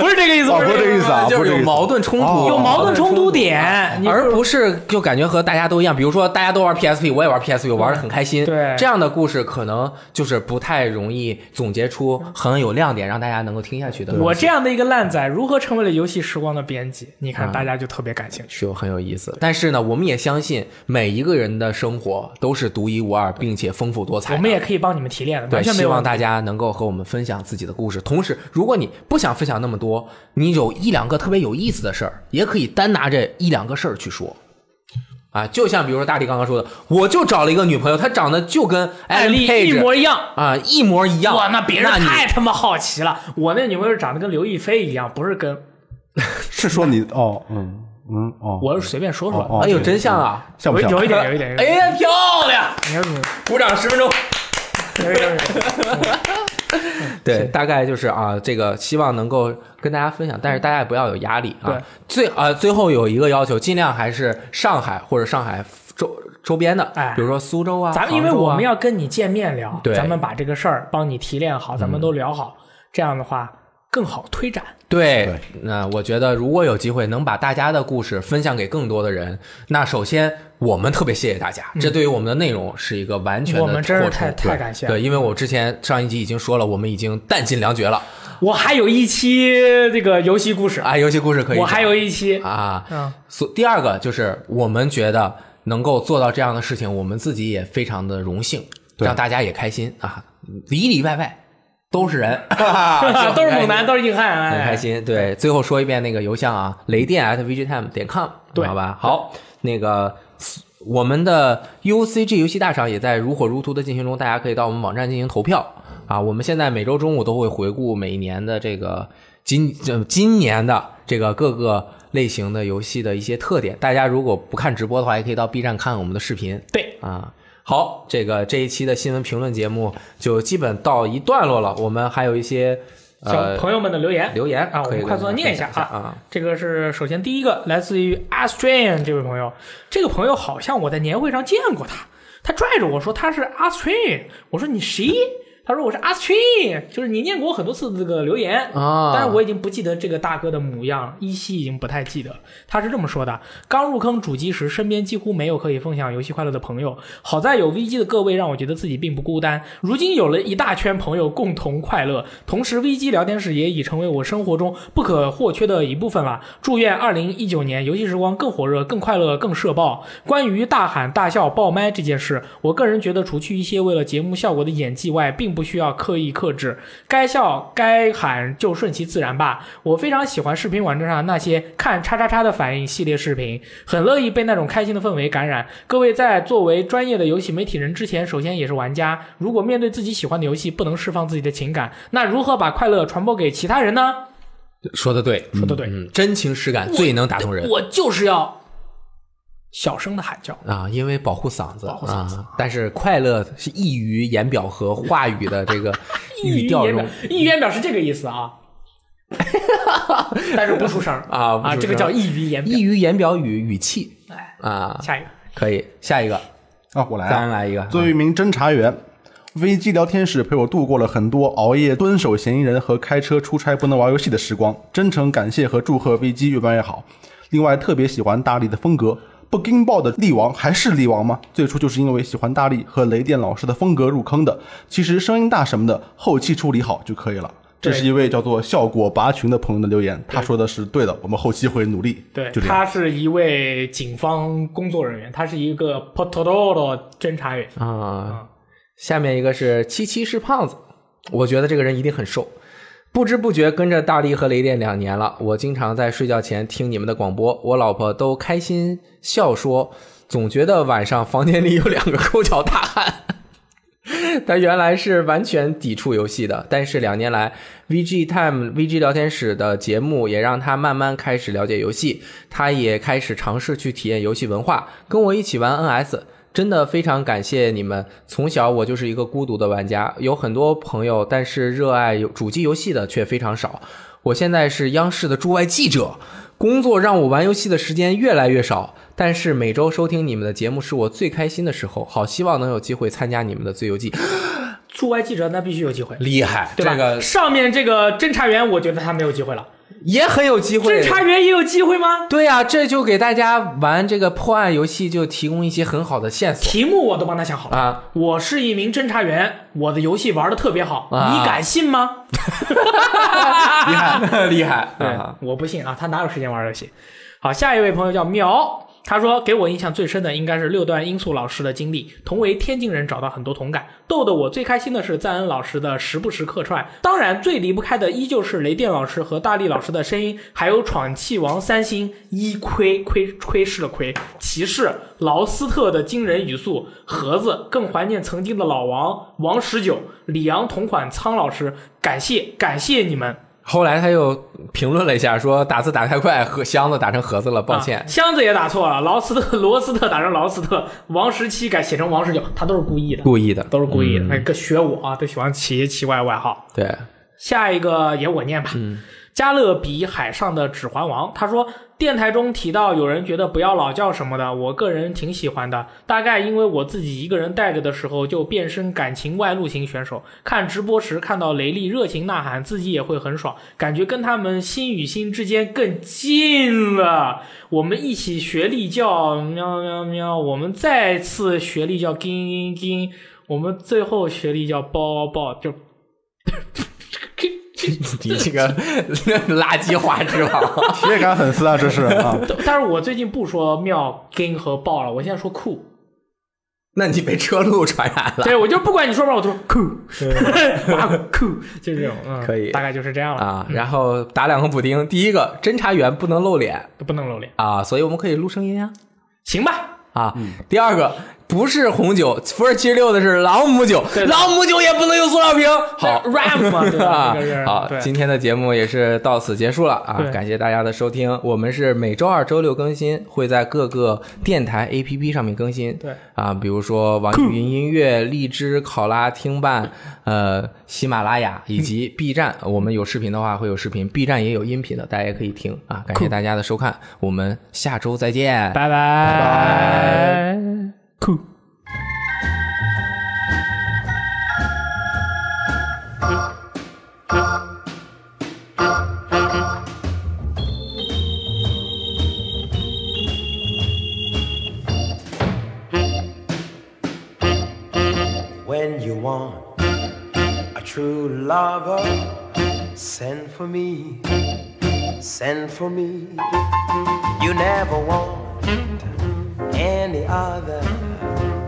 A: 不是这个意思，
C: 哦
A: 不是
C: 不是这个意思啊
B: 就
C: 不
B: 是有
C: 是这个意思
B: 矛盾冲
C: 哦
B: 突，啊
A: 有矛盾冲突点，你
B: 而不是就感觉和大家都一样，比如说大家都玩 PSP，我也玩 PSP，我玩的很开心。
A: 对
B: 这样的故事可能就是不太容易总结出很有亮点，让大家能够听下去的。
A: 我这样的一个烂仔，如何成为了游戏时光的编辑？你
B: 嗯
A: 看，大家就特别感兴趣。
B: 是有很有意思，但是呢，我们也相信每一个人的生活都是独一无二，并且丰富多彩的。
A: 我们也可以帮你们提炼的，
B: 对，
A: 完全没
B: 希
A: 有
B: 望
A: 问题。
B: 大家能够和我们分享自己的故事。同时，如果你不想分享那么多，你有一两个特别有意思的事儿，也可以单拿这一两个事儿去说。啊，就像比如说大力刚刚说的，我就找了一个女朋友，她长得就跟
A: 艾
B: Ellen
A: 丽一
B: Page
A: 模一样。
B: 啊一模一样。
A: 哇，那别人
B: 你
A: 太他妈好奇了！我那女朋友长得跟刘亦菲一样，不是跟
C: 是说你哦，嗯嗯哦，
A: 我是随便说说
C: 哦
A: 的，
C: 哦，
B: 哎呦
C: 对
B: 真像啊！
C: 像不
A: 有
C: 像？
A: 有一点，有一点，有一
B: 哎
A: 点，
B: 呀，漂亮！
A: 你要怎么？
B: 鼓掌十分钟。
A: 有一点有一
B: (laughs)
A: 点
B: 对，大概就是啊，这个希望能够跟大家分享，但是大家也不要有压力啊
A: 对。
B: 最啊、最后有一个要求，尽量还是上海或者上海周周边的，
A: 哎
B: 比如说苏州啊，
A: 咱们因为
B: 杭州啊
A: 我们要跟你见面聊，
B: 对嗯
A: 咱们把这个事儿帮你提炼好，咱们都聊好，这样的话更好推展。
B: 对
C: 对，
B: 那我觉得如果有机会能把大家的故事分享给更多的人，那首先我们特别谢谢大家，这对于我们的内容是一个完全
A: 嗯
B: 的
A: 我们真是
B: 扩充
A: 太
B: 对
A: 太感谢了
B: 对，因为我之前上一集已经说了，我们已经弹尽粮绝了
A: 我还有一期这个游戏故事，
B: 啊，游戏故事可以
A: 我
B: 讲，
A: 还有一期，
B: 啊，
A: 嗯，
B: 所第二个就是我们觉得能够做到这样的事情，我们自己也非常的荣幸，
C: 对
B: 让大家也开心啊，里里外外都是人，
A: (laughs)
B: (laughs) 都
A: 都是猛男，，都是硬汉，
B: 很
A: 哎
B: 开心。对，最后说一遍那个邮箱啊，雷电 at vgtime 点 com，
A: 对
B: 好吧？好，那个。我们的 UCG 游戏大赏也在如火如荼的进行中，大家可以到我们网站进行投票啊。我们现在每周中午都会回顾每一年的这个今这今年的这个各个类型的游戏的一些特点。大家如果不看直播的话，也可以到 B 站看我们的视频。
A: 对，
B: 啊。好，这个这一期的新闻评论节目就基本到一段落了。我们还有一些
A: 小
B: 呃
A: 朋友们的留言
B: 留言
A: 啊，我
B: 可以
A: 们快速的
B: 跟大家
A: 念一下
B: 分享
A: 啊
B: 啊。。
A: 这个是首先第一个来自于 Astrian 这位朋友，这个朋友好像我在年会上见过他，他拽着我说他是 Astrian，我说你谁？他说我是 Astrian，就是你念过我很多次的这个留言
B: 啊
A: 但是我已经不记得这个大哥的模样，依稀已经不太记得。他是这么说的：刚入坑主机时，身边几乎没有可以分享游戏快乐的朋友。好在有 VG 的各位，让我觉得自己并不孤单。如今有了一大圈朋友共同快乐，同时 VG 聊天室也已成为我生活中不可或缺的一部分了。祝愿二零一九年游戏时光更火热、更快乐、更社爆。关于大喊大笑爆麦这件事，我个人觉得，除去一些为了节目效果的演技外，并不需要刻意克制，该笑该喊就顺其自然吧。我非常喜欢视频网站上那些看叉叉叉的反应系列视频，很乐意被那种开心的氛围感染。各位在作为专业的游戏媒体人之前，首先也是玩家。如果面对自己喜欢的游戏不能释放自己的情感，那如何把快乐传播给其他人呢？
B: 说的对，
A: 说的对，
B: 嗯，真情实感最能打动人
A: 我就是要小声的喊叫。
B: 啊，因为保护嗓子
A: 保护嗓子
B: 啊。但是快乐是溢于言表和话语的
A: (laughs)
B: 这个语
A: 一
B: 调
A: 言
B: 中
A: 表，一言表是这个意思
B: (laughs)
A: 啊，但是不出声儿
B: 啊不出
A: 啊，
B: 声
A: 这个叫溢于言表
B: 溢。于言表与语气
A: 哎，
B: 啊。
A: 下一个，
B: 可以，下一个，
C: 啊，我来啊
B: 咱来一个。
C: 作为一名侦查员，VG 聊天室陪我度过了很多熬夜蹲守嫌疑人和开车出差不能玩游戏的时光，真诚感谢和祝贺 VG 越办越好。另外，特别喜欢大力的风格，不惊爆的力王还是力王吗？最初就是因为喜欢大力和雷电老师的风格入坑的。其实声音大什么的，后期处理好就可以了。这
A: 对
C: 是一位叫做效果拔群的朋友的留言，他说的是对的，我们后期会努力。
A: 对，
C: 就
A: (laughs)
C: 这样。
A: 他是一位警方工作人员，他是一个 p o t o d o 的侦查员。
B: 啊，下面一个是七七是胖子，我觉得这个人一定很瘦。不知不觉跟着大力和雷电两年了，我经常在睡觉前听你们的广播，我老婆都开心笑说，总觉得晚上房间里有两个抠脚大汉。他原来是完全抵触游戏的，但是两年来，VG Time VG 聊天室的节目也让他慢慢开始了解游戏，他也开始尝试去体验游戏文化，跟我一起玩 NS。真的非常感谢你们，从小我就是一个孤独的玩家，有很多朋友，但是热爱游主机游戏的却非常少。我现在是央视的驻外记者，工作让我玩游戏的时间越来越少，但是每周收听你们的节目是我最开心的时候。好，希望能有机会参加你们的最游记。
A: 驻外记者那必须有机会，
B: 厉害，
A: 对吧？
B: 嗯这个
A: 上面这个侦查员，我觉得他没有机会了。
B: 也很有机会。
A: 侦查员也有机会吗？
B: 对呀、这就给大家玩这个破案游戏就提供一些很好的线索
A: 题目我都帮他想好了。
B: 啊！
A: 我是一名侦查员，我的游戏玩的特别好，
B: 啊
A: 你敢信吗？
B: 厉害，厉害啊！
A: (laughs) 对，我不信啊，他哪有时间玩游戏？好，下一位朋友叫苗，他说给我印象最深的应该是六段音素老师的经历。同为天津人，找到很多同感。逗得我最开心的是赞恩老师的时不时客串，当然最离不开的依旧是雷电老师和大力老师的声音，还有闯气王三星一窥窥窥视的窥骑士劳斯特的惊人语速，盒子更怀念曾经的老王王十九李阳同款苍老师，感谢感谢你们。
B: 后来他又评论了一下，说打字打太快，盒箱子打成盒子了，抱歉
A: 啊。箱子也打错了，劳斯特、罗斯特打成劳斯特，王十七改写成王十九，他都是故意的，
B: 故意的。
A: 都是故意的。那个学我啊，都喜欢起一些奇怪外号。 (laughs)
B: 对，
A: 下一个也我念吧。加勒比海上的指环王，他说电台中提到有人觉得不要老叫什么的，我个人挺喜欢的。大概因为我自己一个人带着的时候，就变身感情外露型选手。看直播时看到雷利热情呐喊，自己也会很爽，感觉跟他们心与心之间更近了。我们一起学立教，喵喵喵，我们再次学立教，叮叮叮，我们最后学立教，抱抱，就
B: 你这个 (laughs) 垃圾话之
A: (laughs)
B: 王，
C: 体验感很丝啊，这是啊。
A: 但是我最近不说妙跟和爆了，我现在说
B: (laughs)
A: 酷。
B: 那你被车路传染了
A: 对，我就不管你说什么，我都说 (laughs) 酷，啊酷，就是这种，嗯，
B: (laughs) 可以
A: 大概就是这样了，
B: 啊！然后打两个补丁，第一个侦查员不能露脸
A: 不能露脸，
B: 啊，所以我们可以录声音啊
A: 行吧？
B: 啊。
A: 嗯
B: 第二个不是红酒，福尔七十六的是朗姆酒
A: 对，的
B: 朗姆酒也不能用塑料瓶。好
A: 那。rap 嘛，对吧？
B: (laughs) 啊
A: 这个是，
B: 好，
A: 对
B: 今天的节目也是到此结束了啊
A: 对！
B: 感谢大家的收听，我们是每周二、周六更新，会在各个电台 APP 上面更新。
A: 对
B: 啊，比如说网易云音乐、荔枝、考拉、听伴、呃、喜马拉雅以及
A: 嗯
B: B 站，我们有视频的话会有视频，B 站也有音频的，大家也可以听啊！感谢大家的收看，我们下周再见，
A: 拜拜，酷。
D: when you want a true lover send for me send for me you never want any other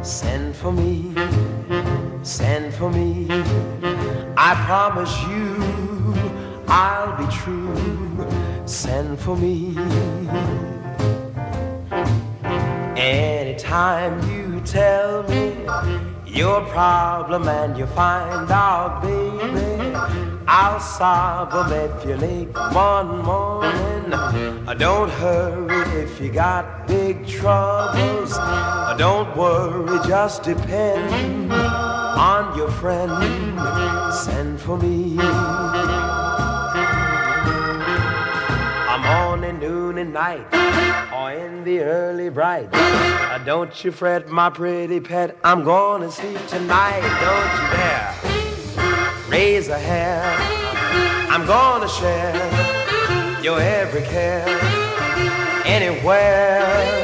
D: send for me send for me i promise you i'll be true send for me Anytime you tell me your problem and you find out, baby, I'll solve them if you late one morning. Uh, Don't hurry if you got big troubles. Uh, Don't worry, just depend on your friend. Send for me. I'm morning, noon, and night, or in the early bright. Uh, don't you fret, my pretty pet. I'm gonna sleep tonight. Don't you dare raise a hair. I'm gonna share your every care anywhere. Oh,